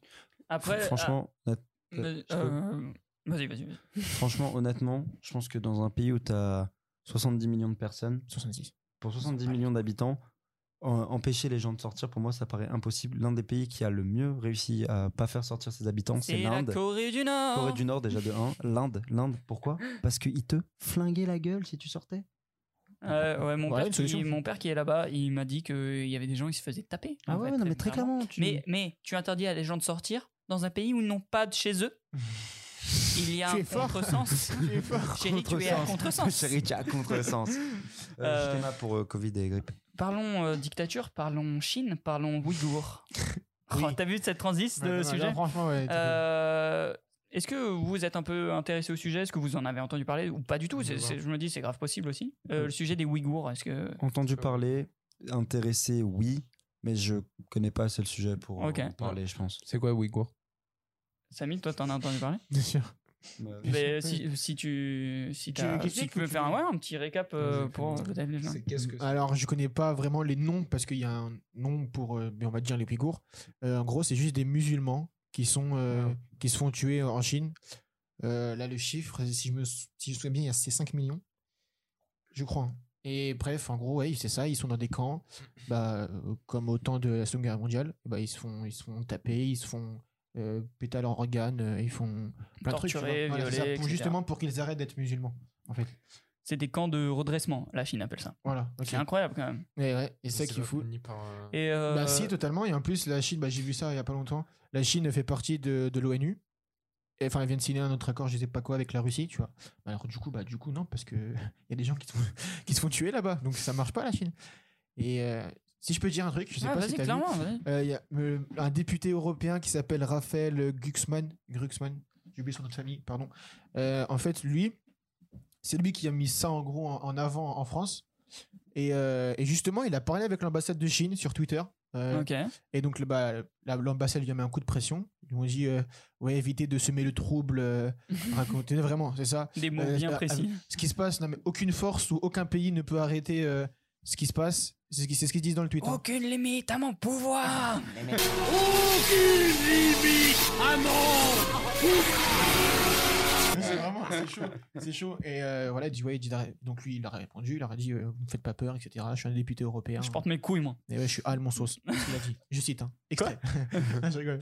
A: Après,
C: Franchement, honnête-
A: ah, euh,
C: je peux-
A: vas-y, vas-y. vas-y.
C: Franchement, honnêtement, je pense que dans un pays où tu as 70 millions de personnes, pour 70 millions d'habitants, en- empêcher les gens de sortir, pour moi, ça paraît impossible. L'un des pays qui a le mieux réussi à pas faire sortir ses habitants, c'est
A: C'est la
C: l'Inde.
A: Corée du Nord.
C: Corée du Nord, déjà de 1. L'Inde, l'Inde, pourquoi Parce qu'ils te flinguaient la gueule si tu sortais.
A: Ouais, Euh, ouais, mon,
C: Voilà, une
A: père
C: solution.
A: qui, mon père qui est là-bas, il m'a dit qu'il y avait des gens qui se faisaient taper.
C: Ah
A: en
C: ouais,
A: fait,
C: non, mais très clairement, tu-
A: Mais, mais tu interdis à les gens de sortir dans un pays où ils n'ont pas de chez eux. Il y a
C: Tu
A: un
C: es fort.
A: contresens.
C: Tu es fort.
A: Chérie, tu es à contresens.
C: Chérie, tu es à contresens.
A: Euh,
C: Euh, je t'aime pour euh, Covid et grippe.
A: Parlons euh, dictature, parlons Chine, parlons Ouïghours. Oh, T'as vu cette transition
D: Ouais,
A: de
D: non, là,
A: sujet
D: franchement, ouais, t'as-
A: Euh, Est-ce que vous êtes un peu intéressé au sujet Est-ce que vous en avez entendu parler ou pas du tout C'est- c'est- Je me dis, c'est grave possible aussi. Euh, le sujet des Ouïghours, est-ce que.
C: Entendu parler, Euh. intéressé, oui, mais je connais pas assez le sujet pour euh,
A: Ok.
C: en parler, je pense.
E: C'est quoi Ouïghour
A: Samy, toi, t'en as entendu parler
D: Bien sûr.
A: Mais si, si tu si,
D: Tu
A: t'as-
D: veux
A: si
D: qu'explique
A: tu veux
D: ou tu
A: faire un,
D: veux-
A: ouais, un petit récap euh, pour peut-être les gens.
D: Alors, je connais pas vraiment les noms parce qu'il y a un nom pour, euh, mais on va dire les Ouïghours. Euh, en gros, c'est juste des musulmans qui sont euh, qui se font tuer en Chine. Euh, là, le chiffre, si je me sou- si je me souviens bien, il y a- c'est 5 millions, je crois. hein. Et bref, en gros, ouais, c'est ça. Ils sont dans des camps, bah, euh, comme au temps de la Seconde Guerre mondiale. Bah, ils se font ils se font taper, ils se font euh, péter leur organe, euh, ils font plein de trucs. tu
A: Torturer,
D: vois. Voilà, c'est ça,
A: violer,
D: pour-
A: etc.
D: justement pour qu'ils arrêtent d'être musulmans, en fait.
A: C'est des camps de redressement, la Chine appelle ça.
D: Voilà, ok.
A: C'est incroyable quand même.
D: Ouais, ouais, et ça
A: c'est
D: qui
A: pas
D: fout.
A: puni par, euh, Et, euh,
D: Bah si, totalement. Et en plus, la Chine, bah, j'ai vu ça il y a pas longtemps. La Chine fait partie de, de l'ONU. Et, Enfin, elle vient de signer un autre accord, je sais pas quoi, avec la Russie, tu vois. Bah, Alors du coup, bah du coup non, parce que il y a des gens qui se font, qui se font tuer là-bas, donc ça marche pas la Chine. Et euh, si je peux dire un truc, je sais
A: Ouais,
D: pas
A: Ah, vas-y,
D: si t'as vu.
A: clairement, vas-y.
D: Euh, Il y a euh, un député européen qui s'appelle Raphaël Glucksmann. Glucksmann, j'ai oublié son nom de famille, pardon. Euh, en fait, lui, c'est lui qui a mis ça en gros en, en avant en France. Et, euh, et justement, il a parlé avec l'ambassade de Chine sur Twitter. Euh,
A: Ok.
D: Et donc, le- bah, la- l'ambassade lui a mis un coup de pression. Ils lui ont dit euh, Ouais, évitez de semer le trouble, euh, racontez vraiment, c'est ça.
A: Des mots bien
D: euh,
A: précis.
D: euh, ce qui se passe, non, mais aucune force ou aucun pays ne peut arrêter euh, ce qui se passe. C'est ce qui- c'est ce qu'ils disent dans le tweet. hein.
A: Aucune limite à mon pouvoir
F: Aucune limite à
D: c'est vraiment c'est chaud c'est chaud et euh, voilà il dit ouais il dit d'arrêt- donc lui il a répondu il leur a dit euh, vous me faites pas peur etc je suis un député européen
A: Je porte mes couilles, moi.
D: et ouais je suis allemand sauce C'est ce qu'il a dit je cite hein extrait Non, je rigole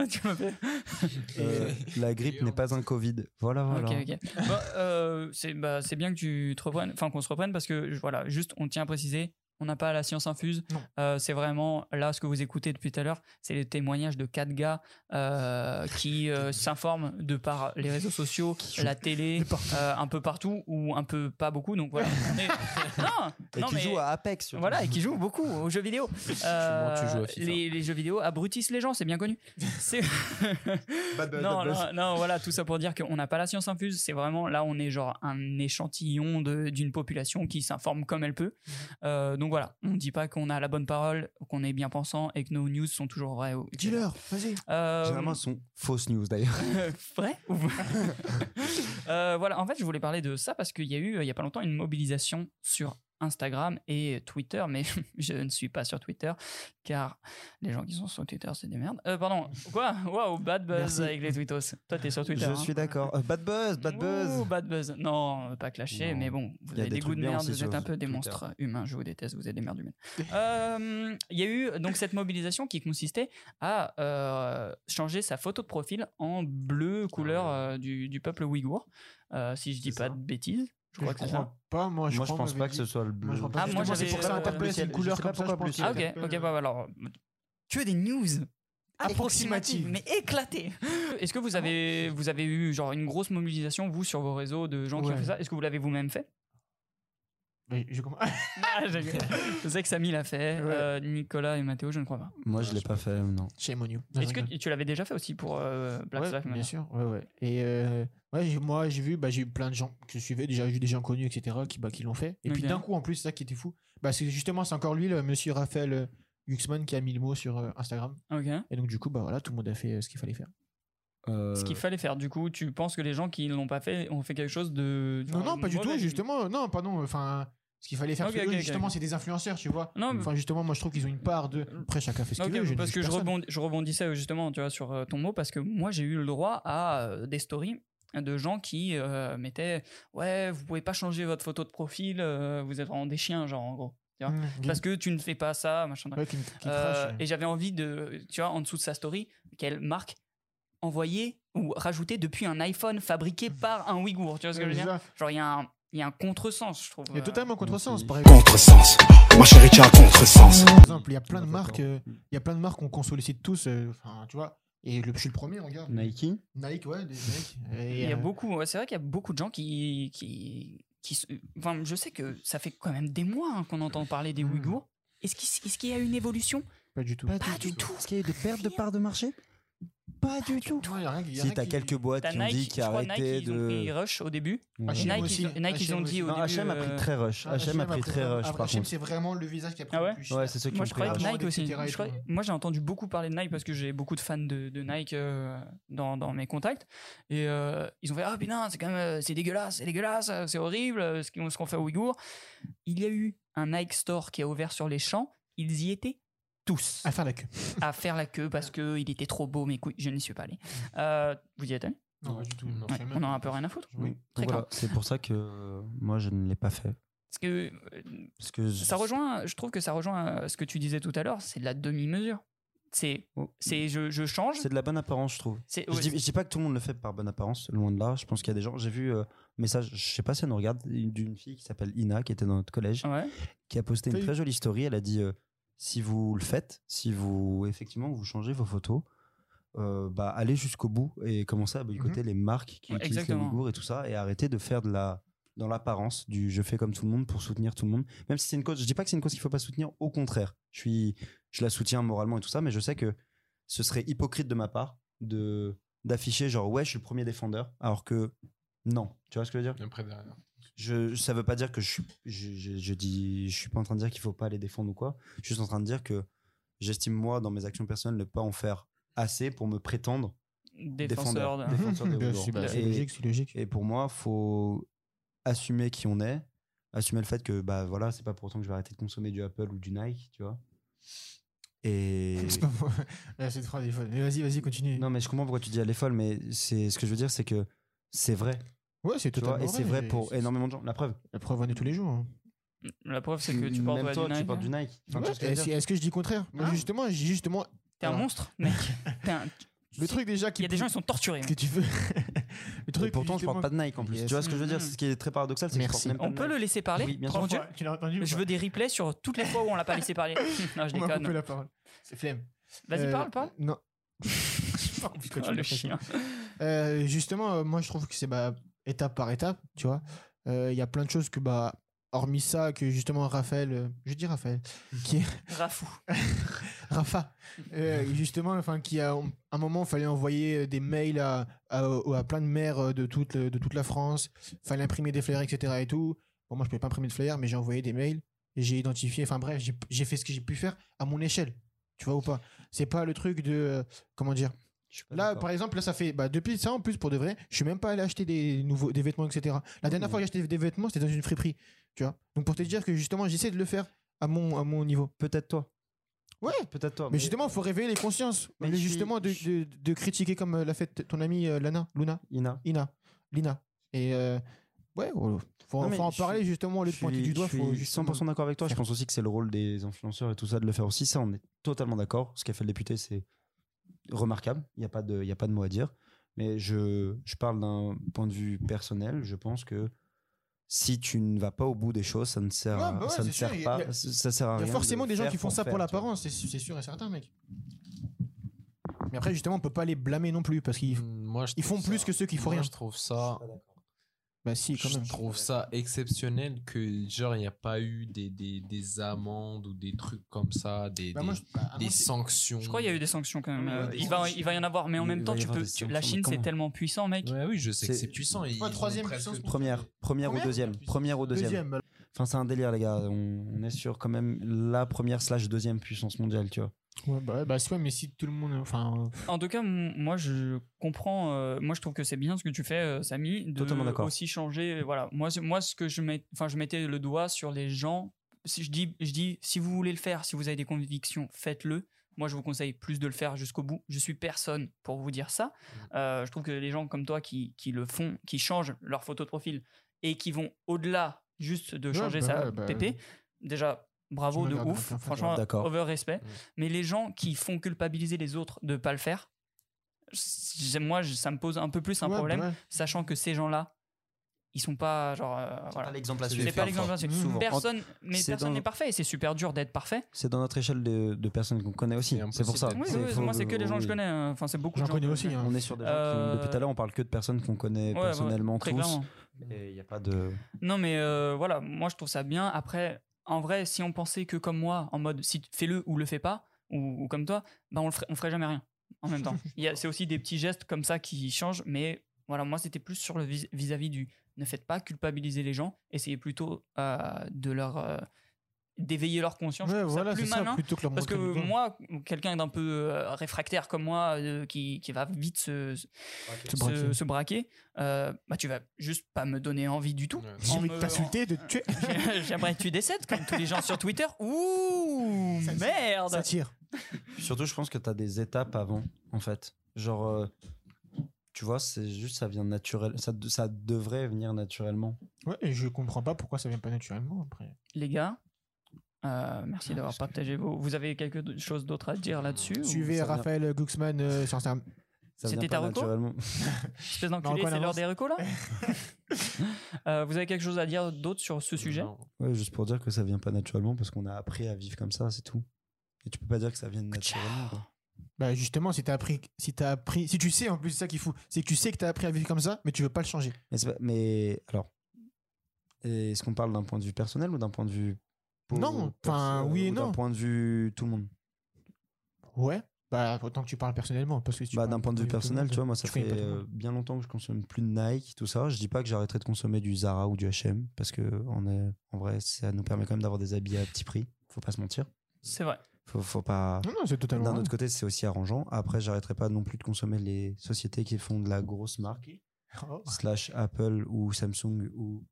C: Euh, la grippe n'est pas un Covid. Voilà, voilà.
A: Ok, ok. Bah, euh, c'est bah, c'est bien que tu te reprennes, enfin qu'on se reprenne parce que je- voilà, juste on tient à préciser, on n'a pas la science infuse. Euh, c'est vraiment là ce que vous écoutez depuis tout à l'heure, c'est les témoignages de quatre gars euh, qui euh, s'informent de par les réseaux sociaux, la télé, euh, un peu partout ou un peu pas beaucoup. Donc voilà. On est- Non,
C: Et
A: non,
C: qui
A: mais-
C: joue à Apex. surtout.
A: Voilà, et qui joue beaucoup aux jeux vidéo. Euh,
C: tu joues à FIFA.
A: les, les jeux vidéo abrutissent les gens, c'est bien connu. C'est- non,
C: bad buzz.
A: non, non, voilà, tout ça pour dire qu'on n'a pas la science infuse. C'est
C: Mm.
A: vraiment là, on est genre un échantillon de- d'une population qui s'informe comme elle peut. Euh, donc voilà, on ne dit pas qu'on a la bonne parole, qu'on est bien pensant et que nos news sont toujours vraies. ou-
D: Dis-leur, vas-y.
A: Euh,
C: Généralement, ce sont fausses news d'ailleurs.
A: vrai ou Euh, Voilà, en fait, je voulais parler de ça parce qu'il y a eu, euh, il y a pas longtemps, une mobilisation sur Instagram et Twitter, mais je ne suis pas sur Twitter car les gens qui sont sur Twitter, c'est des merdes. Euh, pardon, quoi Waouh, bad buzz
C: Merci.
A: avec les tweetos. Toi, t'es sur Twitter.
C: Je
A: hein.
C: suis d'accord. Euh, bad buzz, bad buzz.
A: Ouh, bad buzz. Non, pas clasher,
C: Non.
A: mais bon, vous
C: Il y a
A: avez
C: des
A: des, goûts
C: trucs
A: de
C: bien
A: merde,
C: aussi
A: vous êtes
C: sur
A: un peu des
C: Twitter.
A: monstres humains, je vous déteste, vous êtes des merdes humaines. Euh, Il y a eu donc cette mobilisation qui consistait à euh, changer sa photo de profil en bleu, couleur
C: Ah
A: euh, du, du peuple ouïghour, euh, si je dis pas de bêtises. Je crois que c'est ça.
D: pas, moi je,
C: Moi, je
D: crois, on
C: pense
D: m'avait
C: pas que
D: dit-
C: ce soit le bleu.
D: Moi, je crois pas.
A: Ah, moi,
D: Justement, c'est
A: j'avais-
D: pour ça,
A: euh,
D: interpellé, c'est une couleur
C: je sais
D: comme
C: pas
D: ça, je
C: pourquoi
D: pense.
C: plus.
A: Ah, ok, ok, bah alors. Que des news approximatives, mais éclatées. Est-ce que vous avez, vous avez eu genre une grosse mobilisation, vous, sur vos réseaux de gens qui ont
D: Ouais.
A: fait ça Est-ce que vous l'avez vous-même fait
D: Mais je comprends-
A: Ah, j'ai- je sais que Samy l'a fait, euh, Nicolas et Mathéo, je ne crois
D: Ah,
A: pas.
C: Moi, je l'ai pas fait, non.
D: Chez Monio.
A: Est-ce que tu- tu l'avais déjà fait aussi pour euh, Black
D: Ouais,
A: Lives Matter
D: bien sûr, ouais, ouais. Et euh, ouais, j'ai- moi, j'ai vu, bah, j'ai eu plein de gens que je suivais, déjà j'ai vu des gens connus, etc., qui, bah, qui l'ont fait. Et puis
A: Ok.
D: d'un coup, en plus, c'est ça qui était fou. Bah, c'est justement, c'est encore lui, le monsieur Raphaël euh, Huxman, qui a mis le mot sur euh, Instagram.
A: Ok.
D: Et donc, du coup, bah, voilà, tout le monde a fait euh, ce qu'il fallait faire.
A: Ce
C: Euh,
D: Euh.
A: qu'il fallait faire, du coup, tu penses que les gens qui ne l'ont pas fait ont fait quelque chose de.
D: Non, non, pas du tout,
A: mauvais
D: justement. euh, Non, pardon, enfin. Ce qu'il fallait faire,
A: Ok,
D: parce que
A: ok,
D: eux,
A: ok,
D: justement,
A: ok.
D: c'est des influenceurs, tu vois.
A: Non, mais- Euh,
D: Enfin, justement, moi, je trouve qu'ils ont une part de. Après, chacun fait ce qu'il
A: Ok,
D: veut. ne
A: parce
D: juge
A: que je,
D: personne.
A: rebondis- je rebondissais euh, justement tu vois, sur euh, ton mot, parce que moi j'ai eu le droit à euh, des stories de gens qui euh, mettaient Ouais, vous pouvez pas changer votre photo de profil, euh, vous êtes vraiment des chiens, genre en gros. tu vois.
D: Mm, ok.
A: hein. Parce que tu ne fais pas ça, machin.
D: Ouais, qui- qui
A: Euh,
D: trash, ouais.
A: Et j'avais envie de, tu vois, en dessous de sa story, qu'elle marque envoyé ou rajouté depuis un iPhone fabriqué
D: Mhm.
A: par un Ouïghour. Tu vois ce que je veux
D: Mmh,
A: dire Genre, il y, a un- il y a un contresens, je trouve.
D: Il y a
A: euh.
D: totalement contresens, par
N: Contresens. Moi, chez Richard, contresens.
A: Mm.
D: Par exemple, il y a plein de marques, euh,
C: Mm.
D: il y a plein de marques qu'on qu'on sollicite tous, euh, enfin, tu vois. Et le, je suis le premier, regarde.
C: Nike.
D: Nike, ouais, des Nike. Et,
A: Il y a
D: euh,
A: beaucoup, ouais, c'est vrai qu'il y a beaucoup de gens qui, qui, qui se- enfin, je sais que ça fait quand même des mois hein, qu'on entend parler
D: Mhm.
A: des Ouïghours. Est-ce qu'il est-ce qu'il y a une évolution
D: Pas du tout.
A: Pas, du, tout.
C: Est-ce qu'il y a eu des pertes de parts de marché Pas du tout.
D: Ouais, y a rien- y a
C: Si
D: rien
C: t'as
D: qui-
C: quelques boîtes
A: T'as
C: qui ont dit
A: Nike,
C: qu'ils
A: je crois
C: arrêtaient
A: Nike, ils ont pris
C: de.
A: Rush au début.
C: Ouais.
A: Nike,
C: H&M
A: ils ont-
D: aussi.
A: Nike, ils ont
D: H&M
A: dit au
D: aussi.
C: Non,
A: début.
C: H&M a pris
A: euh,
C: très rush. H&M a pris très rush,
D: Ah,
C: par
D: H&M,
C: contre.
D: c'est vraiment le visage qui a pris
A: Ah
D: le
A: ouais
D: plus cher.
C: Ouais, c'est ceux qui
A: Moi,
C: ont
A: je
C: pris
A: croyais que
C: rush.
A: Nike aussi.
D: etc. et
A: Je croyais-
D: tout, ouais.
A: Moi, j'ai entendu beaucoup parler de Nike parce que j'ai beaucoup de fans de, de Nike euh, dans, dans mes contacts. Et euh, ils ont fait Ah putain, c'est quand même euh, c'est dégueulasse, c'est dégueulasse, euh, c'est horrible euh, ce qu'on ce qu'on fait aux Ouïghours. Il y a eu un Nike Store qui a ouvert sur les champs. Ils y étaient tous
D: À faire la queue.
A: à faire la queue parce que il était trop beau, mais couilles, je n'y suis pas allé. Euh, vous y êtes allé
D: Non, pas du tout.
A: Ouais, On en a un peu rien à foutre.
D: Oui.
A: Très
C: Voilà,
A: clair.
C: c'est pour ça que euh, moi je ne l'ai pas fait.
A: Parce que euh,
C: Parce que
A: ça rejoint, je trouve que ça rejoint euh, ce que tu disais tout à l'heure, c'est de la demi-mesure. C'est, c'est je, je change.
C: C'est de la bonne apparence, je trouve.
A: C'est-
C: Je,
A: ouais,
C: dis,
A: c'est-
C: je dis pas que tout le monde le fait par bonne apparence, loin de là. Je pense qu'il y a des gens. J'ai vu euh, un message, je sais pas si elle nous regarde, une- d'une fille qui s'appelle Ina, qui était dans notre collège, qui a posté une
D: Salut.
C: très jolie story. Elle a dit euh, si vous le faites, si vous effectivement vous changez vos photos, euh, bah, allez jusqu'au bout et commencez à boycotter les marques qui
A: Mhm. Ouais,
C: utilisent
A: exactement.
C: les Ouïghours et tout ça, et arrêtez de faire de la dans l'apparence du je fais comme tout le monde pour soutenir tout le monde. Même si c'est une cause, je dis pas que c'est une cause qu'il faut pas soutenir. Au contraire, je suis, je la soutiens moralement et tout ça, mais je sais que ce serait hypocrite de ma part de d'afficher genre ouais je suis le premier défendeur alors que non tu vois ce que je veux dire
E: Après, derrière.
C: je ça veut pas dire que je suis je, je- je dis je suis pas en train de dire qu'il faut pas les défendre ou quoi je suis juste en train de dire que j'estime moi dans mes actions personnelles ne pas en faire assez pour me prétendre
A: Défenseur
C: défendeur,
A: de-
E: Mhm.
C: défenseur des
D: Bien
C: Ouïghours.
D: sûr, bah, c'est
C: Et-
D: logique, c'est logique.
C: et pour moi faut assumer qui on est assumer le fait que bah voilà c'est pas pour autant que je vais arrêter de consommer du Apple ou du Nike tu vois et
D: C'est pas pour- Ouais, Cette phrase est folle. Mais Vas-y, vas-y, continue.
C: non, mais je comprends pourquoi tu dis elle est folle, mais c'est ce que je veux dire, c'est que c'est vrai.
D: Ouais, c'est
C: Tu vois,
D: totalement
C: Et c'est vrai
D: mais
C: pour énormément de gens. La preuve.
D: La preuve, on est tous les jours. hein.
A: Mhm. La preuve, c'est que tu portes
C: Même
A: ouais,
C: toi,
A: du Nike. hein.
C: tu portes du Nike. Enfin, tu
D: Ouais,
C: vois ce que je veux
D: Est-ce
C: dire
D: est-ce que je dis le contraire Moi, Justement, j'ai justement.
A: T'es un
D: Alors,
A: monstre, mec. T'es un-
D: Le truc déjà qui.
A: Il y a des gens qui sont torturés. hein.
D: Que
A: mec.
D: tu veux. le
C: Et pourtant, je porte pas de Nike en plus.
D: Yes.
C: Tu vois ce que je veux dire
A: Mhm.
C: Ce qui est très paradoxal, c'est que je porte
D: Merci.
C: même pas
A: On
C: de
A: peut le
C: Nike.
A: laisser parler
C: Oui, bien
A: Mon
C: sûr.
A: Dieu.
D: Tu l'as entendu ou
A: Je
D: pas
A: veux des replays sur toutes les fois où on l'a pas laissé parler. non, je
D: On m'a coupé
A: déconne.
D: la parole. C'est flemme.
A: Vas-y,
D: Euh,
A: parle, parle.
D: Non. Je sais pas pourquoi tu
A: Oh,
D: me
A: le
D: fais ça.
A: chien.
D: Euh, justement, euh, moi je trouve que c'est bah, étape par étape, tu vois. Euh, Il y a plein de choses que, bah, hormis ça, que justement Raphaël, euh, je dis Raphaël, qui
A: Rafou.
D: Rafa, euh, justement, enfin, qui a, à un moment, fallait envoyer des mails à, à, à plein de maires euh, de toute, le- de toute la France, fallait imprimer des flyers, etc. et tout. Bon, moi je pouvais pas imprimer de flyers, mais j'ai envoyé des mails et j'ai identifié. Enfin bref, j'ai- j'ai fait ce que j'ai pu faire à mon échelle. Tu vois ou pas C'est pas le truc de. euh, Comment dire
C: Ah,
D: Là, par exemple, là, ça fait. Bah, depuis ça, en plus, pour de vrai, je suis même pas allé acheter des nouveaux des vêtements, etc. La dernière fois que j'ai acheté des vêtements, c'était dans une friperie. Tu vois Donc pour te dire que justement, j'essaie de le faire à mon, à mon niveau.
C: Peut-être toi.
D: Ouais,
C: peut-être toi.
D: Mais, justement, il faut réveiller les consciences.
C: Mais
D: Mais
C: je suis-
D: justement, de, de, de critiquer comme euh, l'a fait ton amie euh, Lana, Luna.
C: Ina.
D: Ina. Lina. Et euh, ouais, oh, faut,
C: Non, mais
D: faut en
C: je
D: parler
C: suis-
D: justement, au lieu de
C: je
D: pointer
C: suis-
D: du doigt.
C: je
D: faut
C: suis
D: justement-
C: 100% d'accord avec toi. Je pense aussi que c'est le rôle des influenceurs et tout ça de le faire aussi. Ça, on est totalement d'accord. Ce qu'a fait le député, c'est remarquable. Il n'y a, pas de- il y a pas de mot à dire. Mais je, je parle d'un point de vue personnel. Je pense que si tu ne vas pas au bout des choses, ça ne sert,
D: Ouais,
C: à-
D: bah ouais,
C: ça ne
D: c'est sûr,
C: sert
D: il y a-
C: pas. ça sert à
D: Il y
C: rien.
D: a
C: de
D: forcément des gens
C: faire
D: qui font ça
C: faire, tu
D: pour
C: vois.
D: l'apparence, c'est c'est sûr et certain, mec. Mais après, justement, on peut pas les blâmer non plus parce qu'ils
C: Mm,
E: Mm,
D: ils font plus que ceux qui font
E: Moi,
D: rien.
E: je trouve ça.
D: Bah si, quand
E: je
D: même.
E: trouve ça exceptionnel que genre il n'y a pas eu des, des, des amendes ou des trucs comme ça, des,
A: Bah,
E: des,
A: moi, je-
E: des sanctions.
A: Je crois qu'il y a eu des sanctions quand même.
E: Oui,
A: euh,
E: des
A: il, va,
E: sanctions.
A: il va y en avoir, mais en
E: Il
A: même
E: va
A: temps,
E: y
A: tu
E: avoir
A: peux,
E: des
A: tu- la
E: sanctions,
A: Chine,
E: mais
A: c'est
E: comment
A: tellement puissant, mec.
E: oui, je sais que c'est puissant. et
D: Ouais,
E: ils ont
D: troisième
E: presque-
D: puissance
C: Première, première ou
D: Première
C: deuxième. Première ou deuxième.
D: Deuxième, bah. alors.
C: Enfin, c'est un délire, les gars. On, on est sur quand même la première slash deuxième puissance mondiale, tu vois.
D: Ouais, bah, ouais, bah, ouais, mais si tout le monde. Enfin. euh,
A: En tout cas, m- moi je comprends, euh, moi je trouve que c'est bien ce que tu fais, euh, Samy,
C: Totalement
A: de
C: d'accord.
A: aussi changer. euh, Voilà, moi, c'est- moi ce que je, mets, enfin, je mettais le doigt sur les gens, si je dis, je dis, si vous voulez le faire, si vous avez des convictions, faites-le. Moi je vous conseille plus de le faire jusqu'au bout. Je suis personne pour vous dire ça.
D: Mmh.
A: Euh, je trouve que les gens comme toi qui, qui le font, qui changent leur photo de profil et qui vont au-delà juste de
D: Ouais,
A: changer
D: bah
A: sa
D: ouais, bah,
A: PP, déjà bravo
D: tu
A: de
D: m'as gardé
A: ouf,
D: un peu
A: franchement,
C: D'accord.
A: over respect.
D: Mm.
A: Mais les gens qui font culpabiliser les autres de pas le faire, j'ai- moi je- ça me pose un peu plus un
D: Ouais,
A: problème
D: bah ouais.
A: sachant que ces gens là ils sont pas genre euh, voilà
C: l'exemple à
A: C'est
C: suivre,
A: pas l'exemple
C: parfois.
A: à suivre.
C: Souvent.
A: personne
C: En-
A: mais
C: c'est
A: personne
C: dans-
A: n'est parfait et c'est super dur d'être parfait
C: C'est dans notre échelle de, de personnes qu'on connaît aussi. C'est pour ça.
A: oui,
C: C'est-
A: oui,
C: faut-
A: moi c'est que les gens que je
C: oui.
A: connais hein. enfin c'est beaucoup de
D: J'en
A: gens
D: connais
A: que-
D: aussi. hein.
C: On est sur des gens
A: Euh,
C: qui, depuis tout à l'heure, on parle que de personnes qu'on connaît
A: ouais, ouais,
C: personnellement
A: très
C: tous.
A: clairement.
C: Et il n'y a pas de.
A: Non, mais euh, voilà, moi je trouve ça bien. Après, en vrai, si on pensait que comme moi, en mode si tu- fais-le ou le fais pas, ou, ou comme toi, bah on, le ferait, on ferait jamais rien en même temps. Il y a- C'est aussi des petits gestes comme ça qui changent, mais voilà, moi c'était plus sur le vis- vis-à-vis du ne faites pas culpabiliser les gens, essayez plutôt euh, de leur. euh, d'éveiller leur conscience, je
D: Ouais,
A: trouve
D: voilà,
A: ça plus
D: c'est ça,
A: malin,
D: plutôt que leur
A: parce que
D: montrer du doigt.
A: moi, quelqu'un d'un peu euh, réfractaire comme moi, euh, qui, qui va vite se, se- se-
D: Se braquer.
A: se braquer, euh, bah tu vas juste pas me donner envie du tout.
D: J'ai
A: En
D: envie de
A: me-
D: t'insulter, de te tuer.
A: en- J'aimerais que tu décèdes comme tous les gens sur Twitter. Ouh, merde.
D: Ça tire.
C: Surtout, je pense que tu as des étapes avant, en fait. Genre, euh, tu vois, c'est juste, ça vient naturel. Ça, de- ça devrait venir naturellement.
D: Ouais, et je comprends pas pourquoi ça vient pas naturellement après.
A: Les gars, euh,
D: Ah,
A: merci d'avoir partagé vos. Vous avez quelque chose d'autre à dire là-dessus ou-
D: Suivez
A: Ça vient-
D: Raphaël Glucksmann euh, sur Instagram.
A: Ça vient C'était pas ta reco naturellement. Espèce d'enculé,
D: Non,
A: c'est l'heure
D: avance.
A: des recos là Euh, Vous avez quelque chose à dire d'autre sur ce sujet
C: Ouais, juste pour dire que ça vient pas naturellement parce qu'on a appris à vivre comme ça, c'est tout. Et tu peux pas dire que ça vient naturellement. quoi.
D: Bah justement, si t'as appris, si t'as appris, si tu sais en plus, c'est ça qu'il faut, c'est que tu sais que t'as appris à vivre comme ça, mais tu veux pas le changer.
C: Mais, c'est pas- mais alors, est-ce qu'on parle d'un point de vue personnel ou d'un point de vue. po-
D: Non, enfin,
C: perso-
D: oui et
C: ou
D: non.
C: D'un point de vue tout le monde.
D: Ouais, bah autant que tu parles personnellement, parce que si tu
C: Bah,
D: parles
C: d'un point de vue
D: tout le
C: personnel,
D: monde,
C: tu vois, moi, ça
D: connais
C: fait
D: pas tout le
C: euh,
D: monde.
C: bien longtemps que je consomme plus de Nike, tout ça. Je dis pas que j'arrêterai de consommer du Zara ou du H&M parce que on est, en vrai, ça nous permet quand même d'avoir des habits à petit prix. Faut pas se mentir.
A: C'est vrai.
C: Faut, faut pas.
D: Non, non, c'est totalement
C: euh, D'un
D: vrai.
C: autre côté, c'est aussi arrangeant. Après, j'arrêterai pas non plus de consommer les sociétés qui font de la grosse marque,
D: Oh.
C: slash Apple ou Samsung ou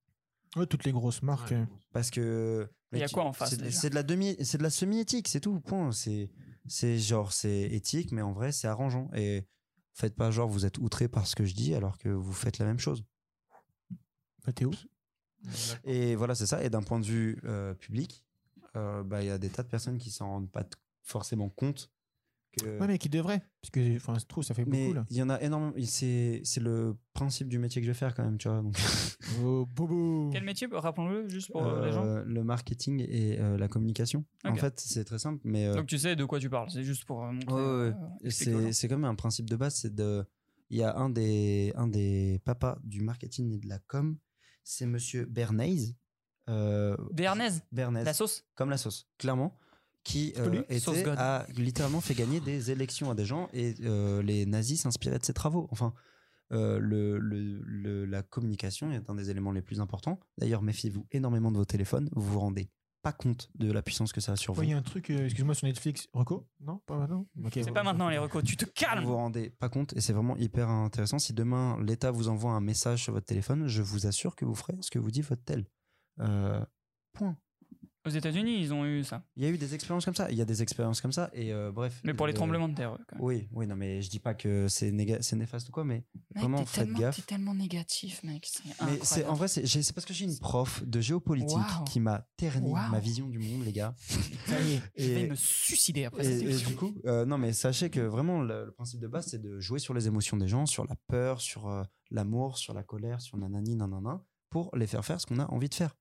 D: Ouais, toutes les grosses marques. euh.
C: parce que
D: Il y a
C: mec,
D: quoi en face,
C: c'est de-
D: déjà
C: C'est de la demi, c'est de la semi-éthique, c'est tout. Point. C'est c'est genre c'est éthique, mais en vrai c'est arrangeant. Et faites pas genre vous êtes outré par ce que je dis alors que vous faites la même chose.
D: Bah, t'es où
C: Et voilà c'est ça. Et d'un point de vue euh, public, euh, bah il y a des tas de personnes qui s'en rendent pas t- forcément compte. Que...
D: Ouais, mais qui devrait, parce que enfin, je trouve ça fait
C: Mais
D: beaucoup là.
C: il y en a énormément. C'est c'est le principe du métier que je vais faire quand même, tu vois. donc.
D: Oh, bobo.
A: Quel métier Rappelons-le juste pour euh, les gens.
C: Euh, le marketing et euh, la communication. En
A: Ok.
C: fait, c'est très simple, mais euh,
A: Donc tu sais de quoi tu parles. C'est juste pour euh, montrer.
C: Ouais, ouais,
A: euh,
C: ouais.
A: expliquer aux gens.
C: c'est c'est quand même un principe de base. C'est de, il y a un des un des papas du marketing et de la com, c'est Monsieur Bernays. Euh,
A: Béarnaise
C: Bernays.
A: La sauce
C: Comme la sauce, clairement. Qui euh,
A: Salut.
C: était-
A: Sauce God.
C: a littéralement fait gagner des élections à des gens et euh, les nazis s'inspiraient de ses travaux. Enfin, euh, le, le- le- la communication est un des éléments les plus importants. D'ailleurs, méfiez-vous énormément de vos téléphones. Vous vous rendez pas compte de la puissance que ça a sur
D: Ouais,
C: vous.
D: Il y a un truc, euh, excuse-moi, sur Netflix, Reco Non Pas maintenant Ok,
A: C'est
D: bon. bah,
A: pas maintenant les recos, tu te calmes
C: Vous vous rendez pas compte et c'est vraiment hyper intéressant. Si demain l'État vous envoie un message sur votre téléphone, je vous assure que vous ferez ce que vous dit votre tel. Euh, point.
A: Aux États-Unis, ils ont eu ça.
C: Il y a eu des expériences comme ça. Il y a des expériences comme ça et euh, bref.
A: Mais pour les
C: le-
A: tremblements de terre, quand même.
C: Oui, oui, non, mais je dis pas que c'est néga- c'est néfaste ou quoi, mais
A: Mec,
C: vraiment
A: t'es
C: faites
A: tellement-
C: gaffe.
A: T'es tellement négatif, mec. c'est
C: Mais c'est en
A: incroyable.
C: vrai, c'est j'ai- c'est parce que j'ai une prof de géopolitique
A: Waouh.
C: qui m'a terni
A: Waouh.
C: ma vision du monde, les gars.
A: Je vais me suicider après
C: et-
A: cette
C: et
A: émission.
C: du coup, euh, non, mais sachez que vraiment, le, le principe de base, c'est de jouer sur les émotions des gens, sur la peur, sur euh, l'amour, sur la colère, sur nanani, nanana, pour les faire faire ce qu'on a envie de faire.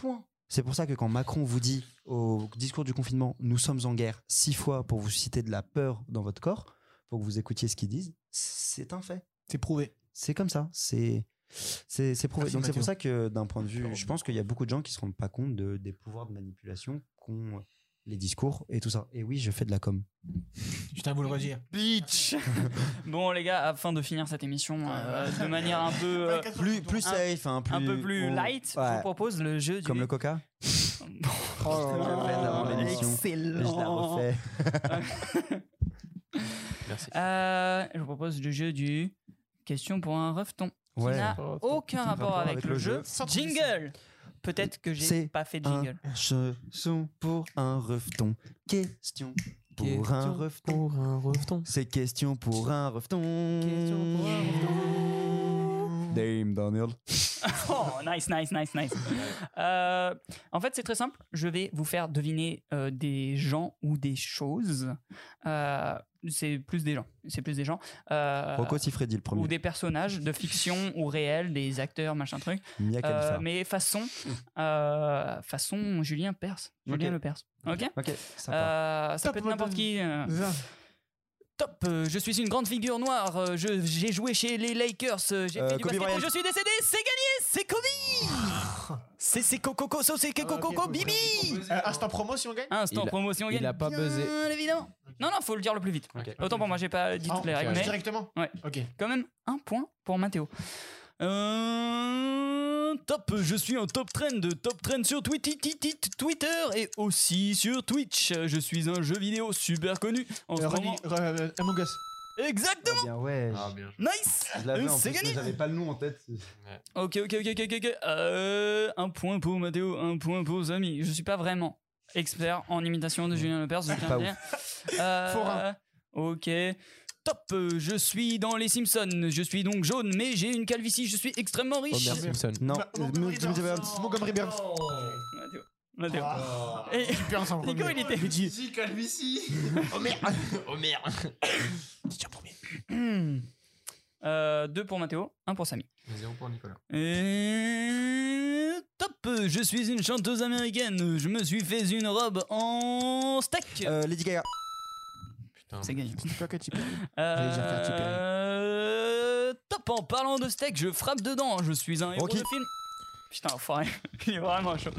C: Point. C'est pour ça que quand Macron vous dit au discours du confinement, nous sommes en guerre six fois pour vous citer de la peur dans votre corps, pour que vous écoutiez ce qu'ils disent, c'est un fait.
D: C'est prouvé.
C: C'est comme ça. C'est c'est c'est prouvé.
D: Merci,
C: Donc c'est pour
D: Mathieu.
C: ça que d'un point de vue, je pense qu'il y a beaucoup de gens qui se rendent pas compte de, des pouvoirs de manipulation qu'ont les discours et tout ça. Et oui, je fais de la com.
D: Putain, vous le redire.
A: Bitch Bon, les gars, afin de finir cette émission euh, de manière un peu. euh,
C: Plus plus
A: un-
C: safe, hein, plus
A: un peu plus
C: on-
A: light, je
C: ouais.
A: vous propose le jeu du.
C: Comme le coca.
A: Oh,
C: Je le fais avant l'émission.
A: excellent.
C: Et je la refais.
E: Merci.
A: Euh, je vous propose le jeu du question pour un refton. qui
C: Ouais.
A: n'a aucun rapport avec, le, jeu.
C: Sans
A: Jingle Peut-être que j'ai pas fait de jingle.
C: Un chanson pour un refton. Question pour un refton. C'est question pour un refton. Question pour un refton. Dame Daniel.
A: Oh, nice, nice, nice, nice. Euh, en fait, c'est très simple. Je vais vous faire deviner euh, des gens ou des choses. Euh, c'est plus des gens. C'est plus des gens. Euh,
C: Rocco Siffredi, le premier.
A: Ou des personnages de fiction ou réel, des acteurs, machin truc.
C: Mia Khalifa.
A: Euh, mais façon, euh, façon Julien Perse. Julien
C: Mm. Ok.
A: Le Perse. Ok.
C: Ok,
A: Euh, ça peut être n'importe qui. euh, Top, euh, je suis une grande figure noire, euh, je- j'ai joué chez les Lakers, euh, j'ai
C: Euh,
A: fait du
C: Kobe
A: basket
C: Bryant.
A: et je suis décédé, c'est gagné, c'est Kobe Ah. C'est c'est Coco Coco, c'est Coco Coco, Bibi
D: Euh, instant promo si on gagne
A: Instant promotion, gagne. Bien évident. Non, non, faut le dire le plus vite. Autant pour moi, j'ai pas dit
D: Ah,
A: toutes les règles.
D: ok.
A: mais-
D: Directement
A: Ouais.
D: Ok.
A: Quand même, un point pour Mathéo. Euh, top, je suis un top trend, top trend sur Twitter, Twitter et aussi sur Twitch. Je suis un jeu vidéo super connu en ce
D: Euh,
A: moment.
D: René- Re- euh, Among Us.
A: Exactement.
C: Oh, Bien, ouais.
E: Ah,
A: Nice.
C: Je l'avais Ah, en
A: C'est
C: plus, mais
A: gagné.
C: j'avais pas le nom en tête.
A: Ok, ok, ok, ok, ok. ok. Euh, un point pour Mathéo, un point pour Zami. Je suis pas vraiment expert en imitation de Julien Lepers, je tiens
C: Pas
A: à dire. Euh,
D: Forain.
A: Ok. Top, euh, je suis dans les Simpsons. Je suis donc jaune, mais j'ai une calvitie. Je suis
D: Oh,
A: extrêmement riche.
E: Homer Simpson.
C: Non, euh,
D: Bah, Montgomery
C: Jimmy
D: Burns. Montgomery Burns.
A: Mathéo. Mathéo.
D: Ah.
A: Et
D: Super ensemble.
A: Nico, il était.
E: Si, calvitie Homer Homer
A: Hmm. Euh, deux pour Mathéo, un pour Samy.
E: Zéro pour Nicolas.
A: Et top, je suis une chanteuse américaine. Je me suis fait une robe en steak.
C: Euh, Lady Gaga. Euh,
A: C'est gagné.
D: C'est toi, Katy Perry. J'allais dire Katy Perry.
A: Euh, Top, en parlant de steak, je frappe dedans. Je suis un héros
C: Rocky.
A: de film. Putain, enfoiré. Il est vraiment chaud.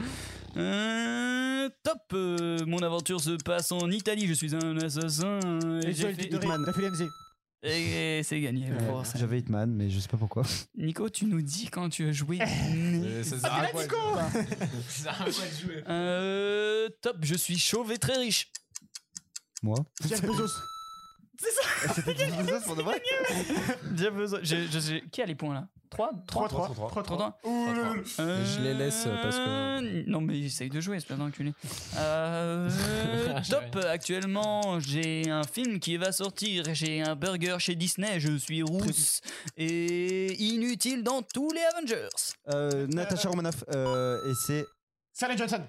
A: Euh, top, euh, mon aventure se passe en Italie. Je suis un assassin. Et
D: Et
A: j'ai
D: Joel
A: fait-
D: Hitman. La FLMZ.
A: Et, et c'est gagné.
C: Euh,
A: pour ça.
C: J'avais Hitman, mais je sais pas pourquoi.
A: Nico, tu nous dis quand tu veux jouer.
E: Ça sert
D: Ah,
E: à
D: mais
E: quoi
D: let's go
E: Ça sert à quoi de jouer
A: Euh, top, je suis chauve et très riche.
C: Moi.
D: Jeff Bezos.
C: Euh, C'était pour de vrai
A: Bien besoin. J'ai- j'ai- j'ai- Qui a les points là 3 3
D: 3-3.
A: 3
E: Je les laisse parce que.
A: Euh, Non, mais essaye de jouer, espèce d'enculé. Euh, top, actuellement, j'ai un film qui va sortir. J'ai un burger chez Disney. Je suis rousse et inutile dans tous les Avengers.
C: Euh, Natasha Romanoff. euh, et c'est.
D: Scarlett Johnson.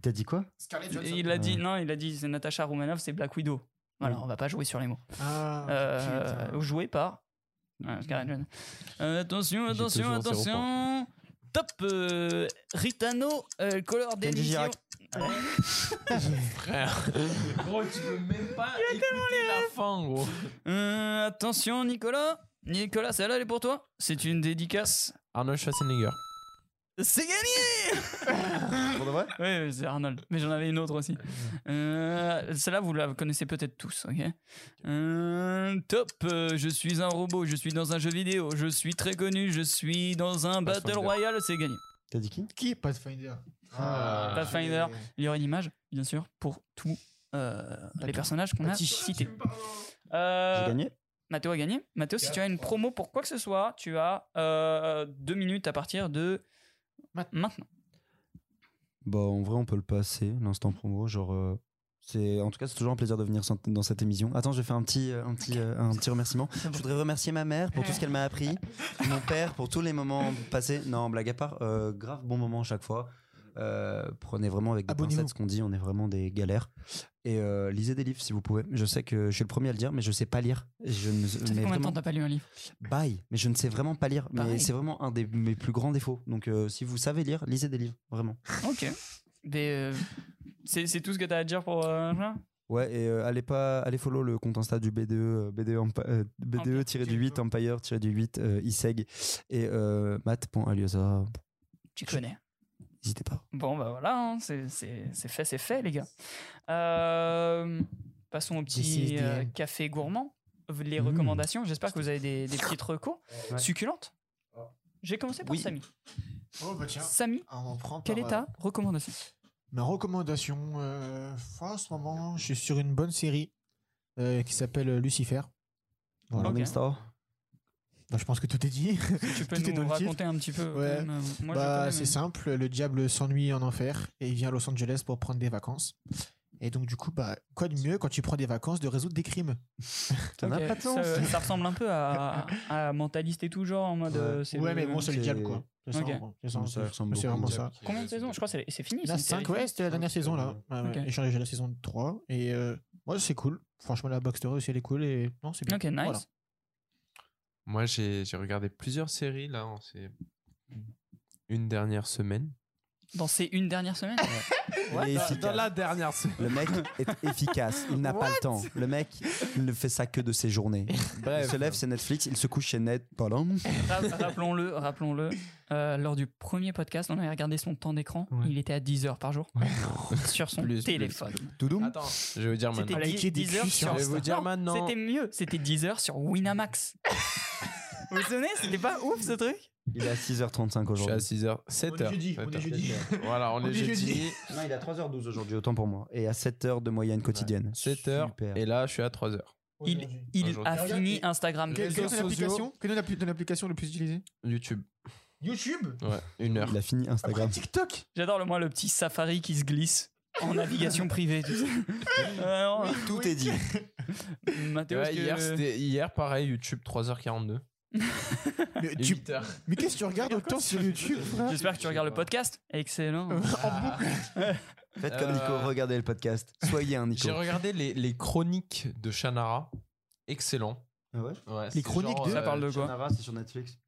C: T'as dit quoi
D: Scarlett
A: Et
D: Johnson.
A: Il a dit,
C: Ouais.
A: non, il a dit, c'est Natasha Romanoff, c'est Black Widow. Voilà,
E: Mm.
A: on va pas jouer sur les mots.
D: Ah,
A: Euh,
D: putain.
A: joué par. Ouais, Scarlett Johansson. Euh, attention,
E: J'ai
A: attention,
E: toujours zéro
A: attention. Top euh, Ritano, euh, color des
C: Kenji Girac.
E: Frère Gros, tu peux même pas écouter la fin, gros
A: Euh, Attention, Nicolas. Nicolas, celle-là, elle est pour toi. C'est une dédicace.
E: Arnold Schwarzenegger.
A: C'est gagné
C: Pour de vrai
A: Oui, oui, c'est Arnold. Mais j'en avais une autre aussi. Euh, Celle-là, vous la connaissez peut-être tous, ok Euh, Top, euh, je suis un robot, je suis dans un jeu vidéo, je suis très connu, je suis dans un Battle
E: Pathfinder.
A: Royale, c'est gagné.
C: T'as dit qui
D: Qui Pathfinder
E: Ah.
A: Pathfinder. Il y aura une image, bien sûr, pour tous euh, les personnages qu'on a
D: Baptiste.
A: cités. Euh,
C: J'ai gagné
A: Mathéo a gagné. Mathéo, si tu as une promo pour quoi que ce soit, tu as euh, deux minutes à partir de maintenant.
C: Bah, en vrai, on peut le passer, l'instant promo. Genre, euh, c'est en tout cas, c'est toujours un plaisir de venir sent- dans cette émission. Attends, je vais faire un petit, euh, un petit, euh, un petit remerciement. Je voudrais remercier ma mère pour tout ce qu'elle m'a appris, mon père pour tous les moments passés. Non, blague à part, euh, grave bon moment à chaque fois. Euh, prenez vraiment avec des pincettes ce qu'on dit, on est vraiment des galères. Et euh, lisez des livres si vous pouvez. Je sais que je suis le premier à le dire, mais je sais pas lire. Je ne,
A: Ça fait combien de
C: mais
A: temps
C: vraiment-
A: t'as pas lu un livre
C: Bye, mais je ne sais vraiment pas lire. Mais
A: Pareil.
C: c'est vraiment un des mes plus grands défauts. Donc, euh, si vous savez lire, lisez des livres, vraiment.
A: Ok. Mais, euh, c'est c'est tout ce que t'as à dire pour. euh, Jean
C: Ouais, et euh, allez pas, allez follow le compte Insta du BDE, euh, BDE, Empi- euh, BDE tiré du 8 Empire tiré du 8 euh, ISEG et euh, mat.aliosa.
A: tu connais.
C: N'hésitez pas.
A: Bon, bah voilà, hein, c'est c'est- c'est fait, c'est fait, les gars. Euh, passons au
C: This
A: petit
C: is the
A: euh,
C: end.
A: café gourmand. Les
C: Mm.
A: recommandations, j'espère que vous avez des, des petites recos
D: Ouais.
A: succulentes. J'ai commencé par
D: Oui.
A: Samy.
D: Oh, bah tiens.
A: Samy,
D: on prend
A: quelle
D: par,
A: est ta
D: euh,
A: recommandation
D: Ma recommandation, euh, en ce moment, je suis sur une bonne série euh, qui s'appelle euh, Lucifer. Voilà.
C: Morning
D: Bah, je pense que tout est dit.
A: Tu peux
D: Tout est
A: nous
D: dans le titre.
A: raconter un petit peu quand
D: Ouais.
A: même, euh, moi, je
D: Bah,
A: connais,
D: c'est
A: mais-
D: simple, le diable s'ennuie en enfer et il vient à Los Angeles pour prendre des vacances. Et donc du coup, bah, quoi de mieux quand tu prends des vacances de résoudre des crimes T'en as
A: Ok,
D: pas de
A: ça,
D: sens.
A: euh, ça ressemble un peu à, à mentaliste et tout genre en mode.
D: Ouais.
A: euh, c'est
D: Ouais,
A: le-
D: mais bon, c'est le diable, quoi. C'est ça,
A: Ok.
D: en gros. C'est ça, en
C: Ça
D: gros.
C: ressemble
D: C'est
C: beaucoup
D: vraiment
C: au
D: ça.
C: diable qui-
A: Combien de saisons Je crois que c'est c'est fini.
D: La
A: c'est une
D: 5,
A: série.
D: ouais, c'était la dernière saison là. Ouais, ouais.
A: Ok.
D: Et j'ai j'ai la saison 3. Et euh, ouais, c'est cool. Franchement, la backstory aussi, elle est cool. Et non, c'est bien.
A: Ok, nice.
D: Voilà.
E: Moi, j'ai j'ai regardé plusieurs séries là. en ces- Une dernière semaine.
A: Dans ces une dernière semaine What
C: Il est efficace.
E: Dans la dernière semaine.
C: Le mec est efficace, il n'a pas le temps. Le mec il ne fait ça que de ses journées.
E: Bref.
C: Il se lève, c'est Netflix, il se couche chez Net. Pardon.
A: Ra- rappelons-le, rappelons-le. euh, lors du premier podcast, on avait regardé son temps d'écran. Il était à 10 heures par jour sur son
E: Plus, plus.
A: téléphone.
C: Toudoum.
E: Attends, je vais vous dire maintenant.
A: C'était 10, 10 heures sur.
E: Je vais vous dire
A: Non,
E: maintenant.
A: C'était mieux. C'était 10 heures sur Winamax. vous vous souvenez C'était pas ouf ce truc
C: Il est à 6h35 aujourd'hui.
E: Je suis à 6h, 7h.
D: jeudi, on est jeudi.
E: Voilà, on, est, jeudi.
C: Non, il est à 3h12 aujourd'hui, autant pour moi. Et à 7h de moyenne quotidienne.
E: 7h.
C: Super.
E: Et là, je suis à 3h.
A: Il, il
E: Aujourd'hui.
A: a fini Instagram.
E: Quel- Réseaux
D: Quelle est ton application
E: sociaux.
D: Quelle est l'appli- ton application le plus utilisée
E: YouTube.
D: YouTube
E: Ouais, une heure.
C: Il a fini Instagram.
D: TikTok
A: J'adore le moi le petit safari qui se glisse en navigation privée. Tu sais. Euh, non.
C: Tout est dit.
A: Mathéo,
E: Ouais,
A: est-ce que-
E: hier, c'était- hier, pareil, YouTube, 3h42.
D: Mais,
E: Et
D: tu-
E: 8h.
D: mais qu'est-ce que tu regardes autant sur YouTube frère
A: J'espère que tu regardes le podcast. Excellent.
C: Faites comme Nico,
E: Euh,
C: regardez le podcast. Soyez un Nico.
E: J'ai regardé les, les chroniques de Shannara. Excellent.
C: Ah ouais
E: Ouais,
D: Les
E: c'est
D: chroniques
E: genre,
D: de-
E: euh,
A: Ça parle de quoi
C: Shannara, c'est sur Netflix.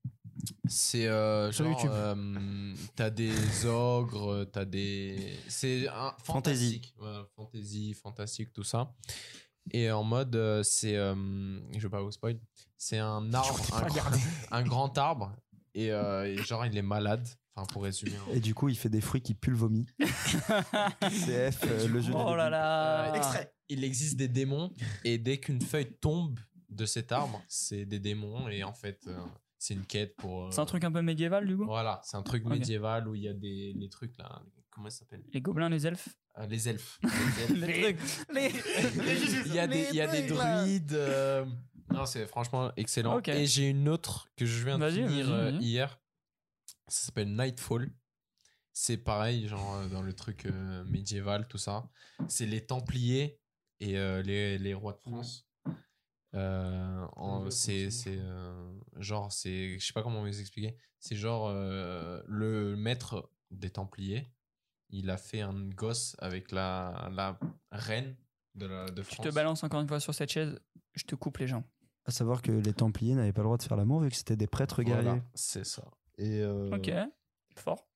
E: C'est euh,
D: Sur
E: genre,
D: YouTube.
E: euh, t'as des ogres, t'as des. C'est un
C: Fantasy.
E: fantastique. Ouais, fantasy, fantastique, tout ça. Et en mode, euh, c'est. euh, je vais pas vous spoil. C'est un arbre, un, grand- un grand arbre. Et, euh, et genre, il est malade. Enfin, pour résumer. hein.
C: Et du coup, il fait des fruits qui puent le vomi. CF, euh, le jeu de
A: Oh là là.
E: Euh, Il existe des démons. Et dès qu'une feuille tombe de cet arbre, c'est des démons. Et en fait, euh, c'est une quête pour. euh,
A: C'est un truc un peu médiéval du coup.
E: Voilà, c'est un truc
A: Ok.
E: médiéval où il y a des les trucs là. Comment ça s'appelle
A: Les gobelins, les elfes.
E: Euh, Les elfes. Les elfes.
A: Les
E: il y a des, il y a des druides. euh, Non, c'est franchement excellent.
A: Ok.
E: Et j'ai une autre que je viens de
A: Vas-y,
E: finir
A: vas-y,
E: euh,
A: vas-y.
E: hier. Ça s'appelle Nightfall. C'est pareil, genre euh, dans le truc euh, médiéval, tout ça. C'est les Templiers et euh, les, les rois de France. Euh, en- c'est c'est, euh, genre, c'est. Je sais pas comment vous expliquer. C'est genre euh, le maître des Templiers. Il a fait un gosse avec la, la reine de, la, de
A: Je
E: France.
A: te balance encore une fois sur cette chaise. Je te coupe les jambes.
C: À savoir que les Templiers n'avaient pas le droit de faire l'amour vu que c'était des prêtres guerriers.
E: Voilà, c'est ça. Et, euh,
A: Ok. Fort.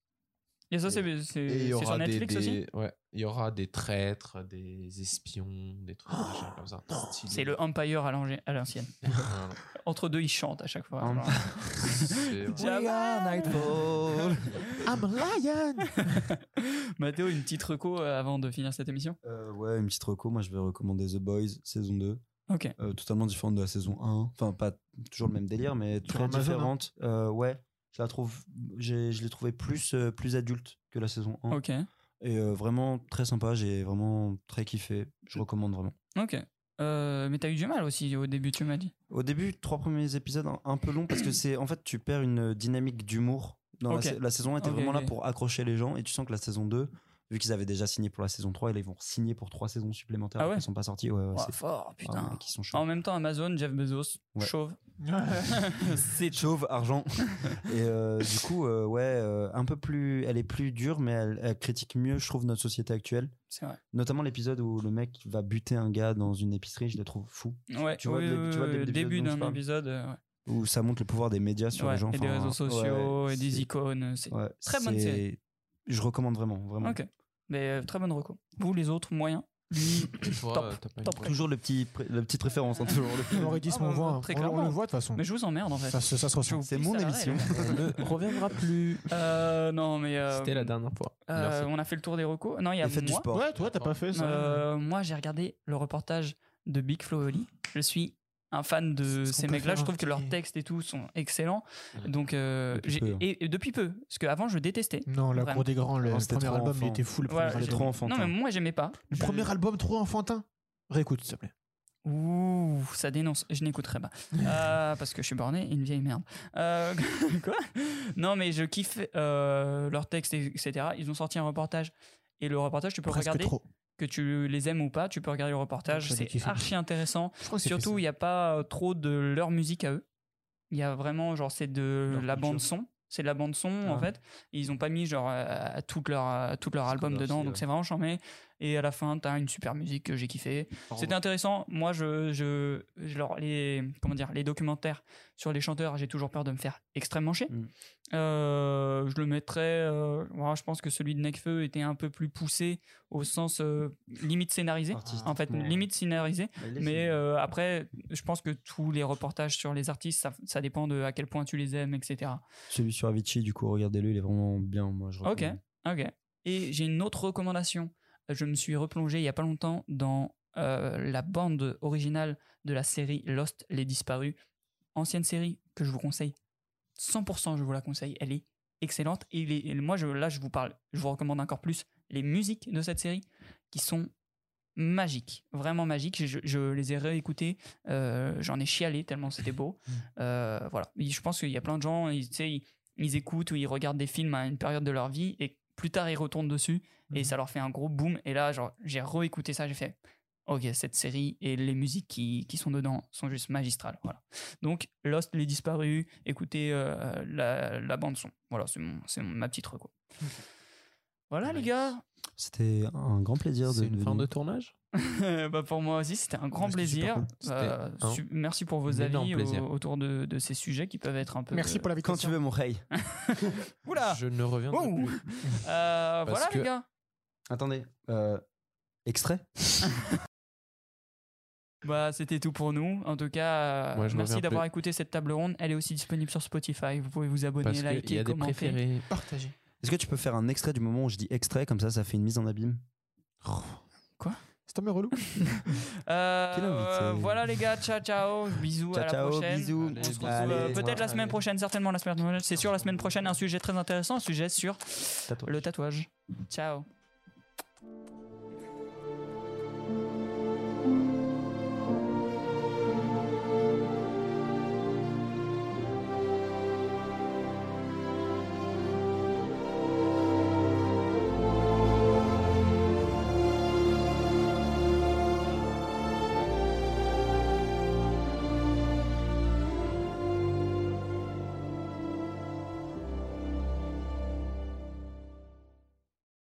A: Et ça, c'est c'est-
E: et il y
A: c'est sur
E: aura des-
A: Netflix
E: des-
A: aussi
E: ouais, il y aura des traîtres, des espions, des trucs des machins comme ça. Stylé.
A: C'est le Empire à l'angé- à l'ancienne.
E: Voilà.
A: Entre deux, ils chantent à chaque fois.
C: Hum.
A: Genre,
E: C'est- ouais.
A: Jamal.
C: Nightfall.
D: I'm Ryan
A: Mathéo, une petite reco euh, avant de finir cette émission
C: Euh, ouais, une petite reco. Moi, je vais recommander The Boys saison 2.
A: Ok.
C: Euh, totalement différente de la saison 1. Enfin, pas toujours le même délire, mais très
D: Amazon,
C: différente. Euh, ouais. je la trouve, j'ai- je l'ai trouvé plus, euh, plus adulte que la saison 1.
A: Ok.
C: Et euh, vraiment très sympa, j'ai vraiment très kiffé. Je recommande vraiment.
A: Ok. Euh, mais t'as eu du mal aussi au début, tu m'as dit.
C: Au début, trois premiers épisodes un, un peu longs parce que c'est en fait tu perds une dynamique d'humour. Dans la
A: Ok.
C: sa- la, saison 1 était
A: Ok,
C: vraiment
A: ok.
C: là pour accrocher les gens et tu sens que la saison 2 vu qu'ils avaient déjà signé pour la saison 3 et là ils vont signer pour trois saisons supplémentaires
A: Ah
C: qui
A: ouais
C: ne sont pas sorties. Ouais, ouais,
A: Ouah,
C: c'est-
A: fort,
C: Ah,
A: putain.
C: mec, ils sont chauds.
A: en même temps, Amazon, Jeff Bezos,
C: Ouais.
A: chauve. c'est
C: chauve argent et euh, du coup euh, ouais euh, un peu plus elle est plus dure mais elle, elle critique mieux je trouve notre société actuelle
A: C'est vrai.
C: notamment l'épisode où le mec va buter un gars dans une épicerie je le trouve fou
A: Ouais,
C: tu vois,
A: oui,
C: le-
A: oui,
C: tu vois
A: oui,
C: le
A: le début
C: dont je
A: d'un
C: parle
A: épisode. euh, ouais.
C: où ça montre le pouvoir des médias sur
A: Ouais,
C: les gens
A: et des
C: enfin,
A: réseaux
C: ouais,
A: sociaux,
C: ouais,
A: et des
C: c'est-
A: icônes. C'est
C: ouais,
A: très bonne
C: c'est-
A: série.
C: je recommande vraiment vraiment
A: Ok. Mais euh, très bonne reco. Vous, les autres, moyens Lui, top. top.
C: toujours le petit pré- la petite référence hein, toujours
D: On aurait dit ce qu'on voit. hein.
A: Très
D: On- on,
A: clairement.
D: le voit de toute façon.
A: Mais je vous emmerde en fait.
D: Ça, se- ça se ressent.
A: C'est mon émission.
E: ne reviendra plus.
A: Euh, non, mais. euh,
E: C'était la dernière fois.
A: euh,
E: Merci.
A: on a fait le tour des recos. Non, il y a
E: Et faites du
A: moi.
E: sport. Ouais, toi, t'as pas fait ça.
A: Euh, moi, j'ai regardé le reportage de Big Flo et Oli. Je suis un fan de
E: qu'on
A: ces
E: peut
A: mecs-là.
E: faire
A: Je trouve
E: un
A: que leurs
E: petit-
A: textes et tout sont excellents. Donc, euh,
C: Depuis
A: j'ai-
C: peu, hein.
A: et, et depuis peu, parce qu'avant, je détestais.
D: Non, La
A: Vraiment.
D: Cour des Grands, le
C: Oh, c'était
D: premier
C: trop
D: album, il
C: enfant.
D: était fou. Le
A: Voilà,
D: premier
A: j'ai-
D: album.
A: Non, mais moi, j'aimais pas.
D: Le premier album trop enfantin. Réécoute, s'il te plaît.
A: Ouh, ça dénonce. Je n'écouterai pas. Euh, parce que je suis borné et une vieille merde. Euh, quoi Non, mais je kiffe euh, leurs textes, etc. Ils ont sorti un reportage. Et le reportage, tu peux
D: Presque
A: regarder.
D: trop.
A: Que tu les aimes ou pas, tu peux regarder le reportage.
D: Je l'ai
A: C'est
D: kiffé.
A: archi intéressant.
D: crois que c'est
A: Surtout, il n'y a pas euh, trop de leur musique à eux. Il y a vraiment, genre, c'est de la bande-son. C'est de la bande-son, en
E: Ah.
A: fait. Et ils n'ont pas mis, genre, euh, tout leur, euh, tout leur album dedans. Donc, c'est vraiment charmé. Et à la fin, t'as une super musique que j'ai kiffé. C'était intéressant. Moi, je, je, je leur- les, comment dire, les documentaires sur les chanteurs, j'ai toujours peur de me faire extrêmement chier. Euh, je le mettrais. euh, moi, je pense que celui de Necfeu était un peu plus poussé au sens euh, limite scénarisé. En fait,
C: ouais.
A: limite scénarisé.
C: Mais il est
A: Mais euh, après, je pense que tous les reportages sur les artistes, ça, ça dépend de à quel point tu les aimes, etc.
C: celui sur Avicii du coup regardez-le il est vraiment bien moi je
A: Ok,
C: recommande.
A: ok. Et j'ai une autre recommandation. Je me suis replongé il y a pas longtemps dans euh, la bande originale de la série Lost, Les Disparus. Ancienne série que je vous conseille. 100% je vous la conseille. Elle est excellente. Et les- et moi, je, là, je vous parle, je vous recommande encore plus les musiques de cette série qui sont magiques, vraiment magiques. Je, je les ai réécoutées, euh, j'en ai chialé tellement c'était beau. Euh, voilà, Et je pense qu'il y a plein de gens, ils, tu sais, ils, ils écoutent ou ils regardent des films à une période de leur vie et plus tard ils retournent dessus et ça leur fait un gros boom. Et là, genre, j'ai réécouté ça, j'ai fait. Ok, cette série et les musiques qui, qui sont dedans sont juste magistrales. Voilà. Donc, Lost, Les Disparus, écoutez euh, la, bande-son. Voilà, c'est mon- c'est mon- ma petite reco. Voilà, les gars.
C: c'était un grand plaisir de
E: C'est une fin
C: venir.
E: de tournage
A: bah pour moi aussi, c'était un grand
E: C'était super
A: plaisir.
E: cool.
A: Euh,
E: C'était un
A: su- merci pour vos
E: énorme
A: avis au-
E: plaisir.
A: autour de, de ces sujets qui peuvent être un peu.
C: quand tu veux mon rey
A: Oula
E: Je ne reviendrai
A: Wow.
E: plus.
A: Euh,
E: Parce
A: voilà,
E: que-
A: les gars.
C: attendez euh, extrait
A: Bah, c'était tout pour nous. En tout cas, euh,
E: Moi, je
A: merci
E: reviens
A: d'avoir
E: plus.
A: écouté cette table ronde. Elle est aussi disponible sur Spotify. Vous pouvez vous abonner,
E: Parce que
A: liker,
E: il y a des
A: commenter.
E: préférés.
D: Partager.
C: est-ce que tu peux faire un extrait du moment où je dis extrait comme ça ça fait une mise en abîme
D: C'est un peu relou.
A: Euh,
C: Quel invité.
A: euh, voilà les gars, ciao ciao, bisous
C: Ciao,
A: à la
C: ciao,
A: prochaine.
C: bisous.
A: On se retrouve
C: Allez.
A: euh, peut-être la semaine
C: Allez.
A: prochaine, certainement la semaine prochaine. C'est sûr la semaine prochaine un sujet très intéressant, un sujet sur le tatouage. Ciao.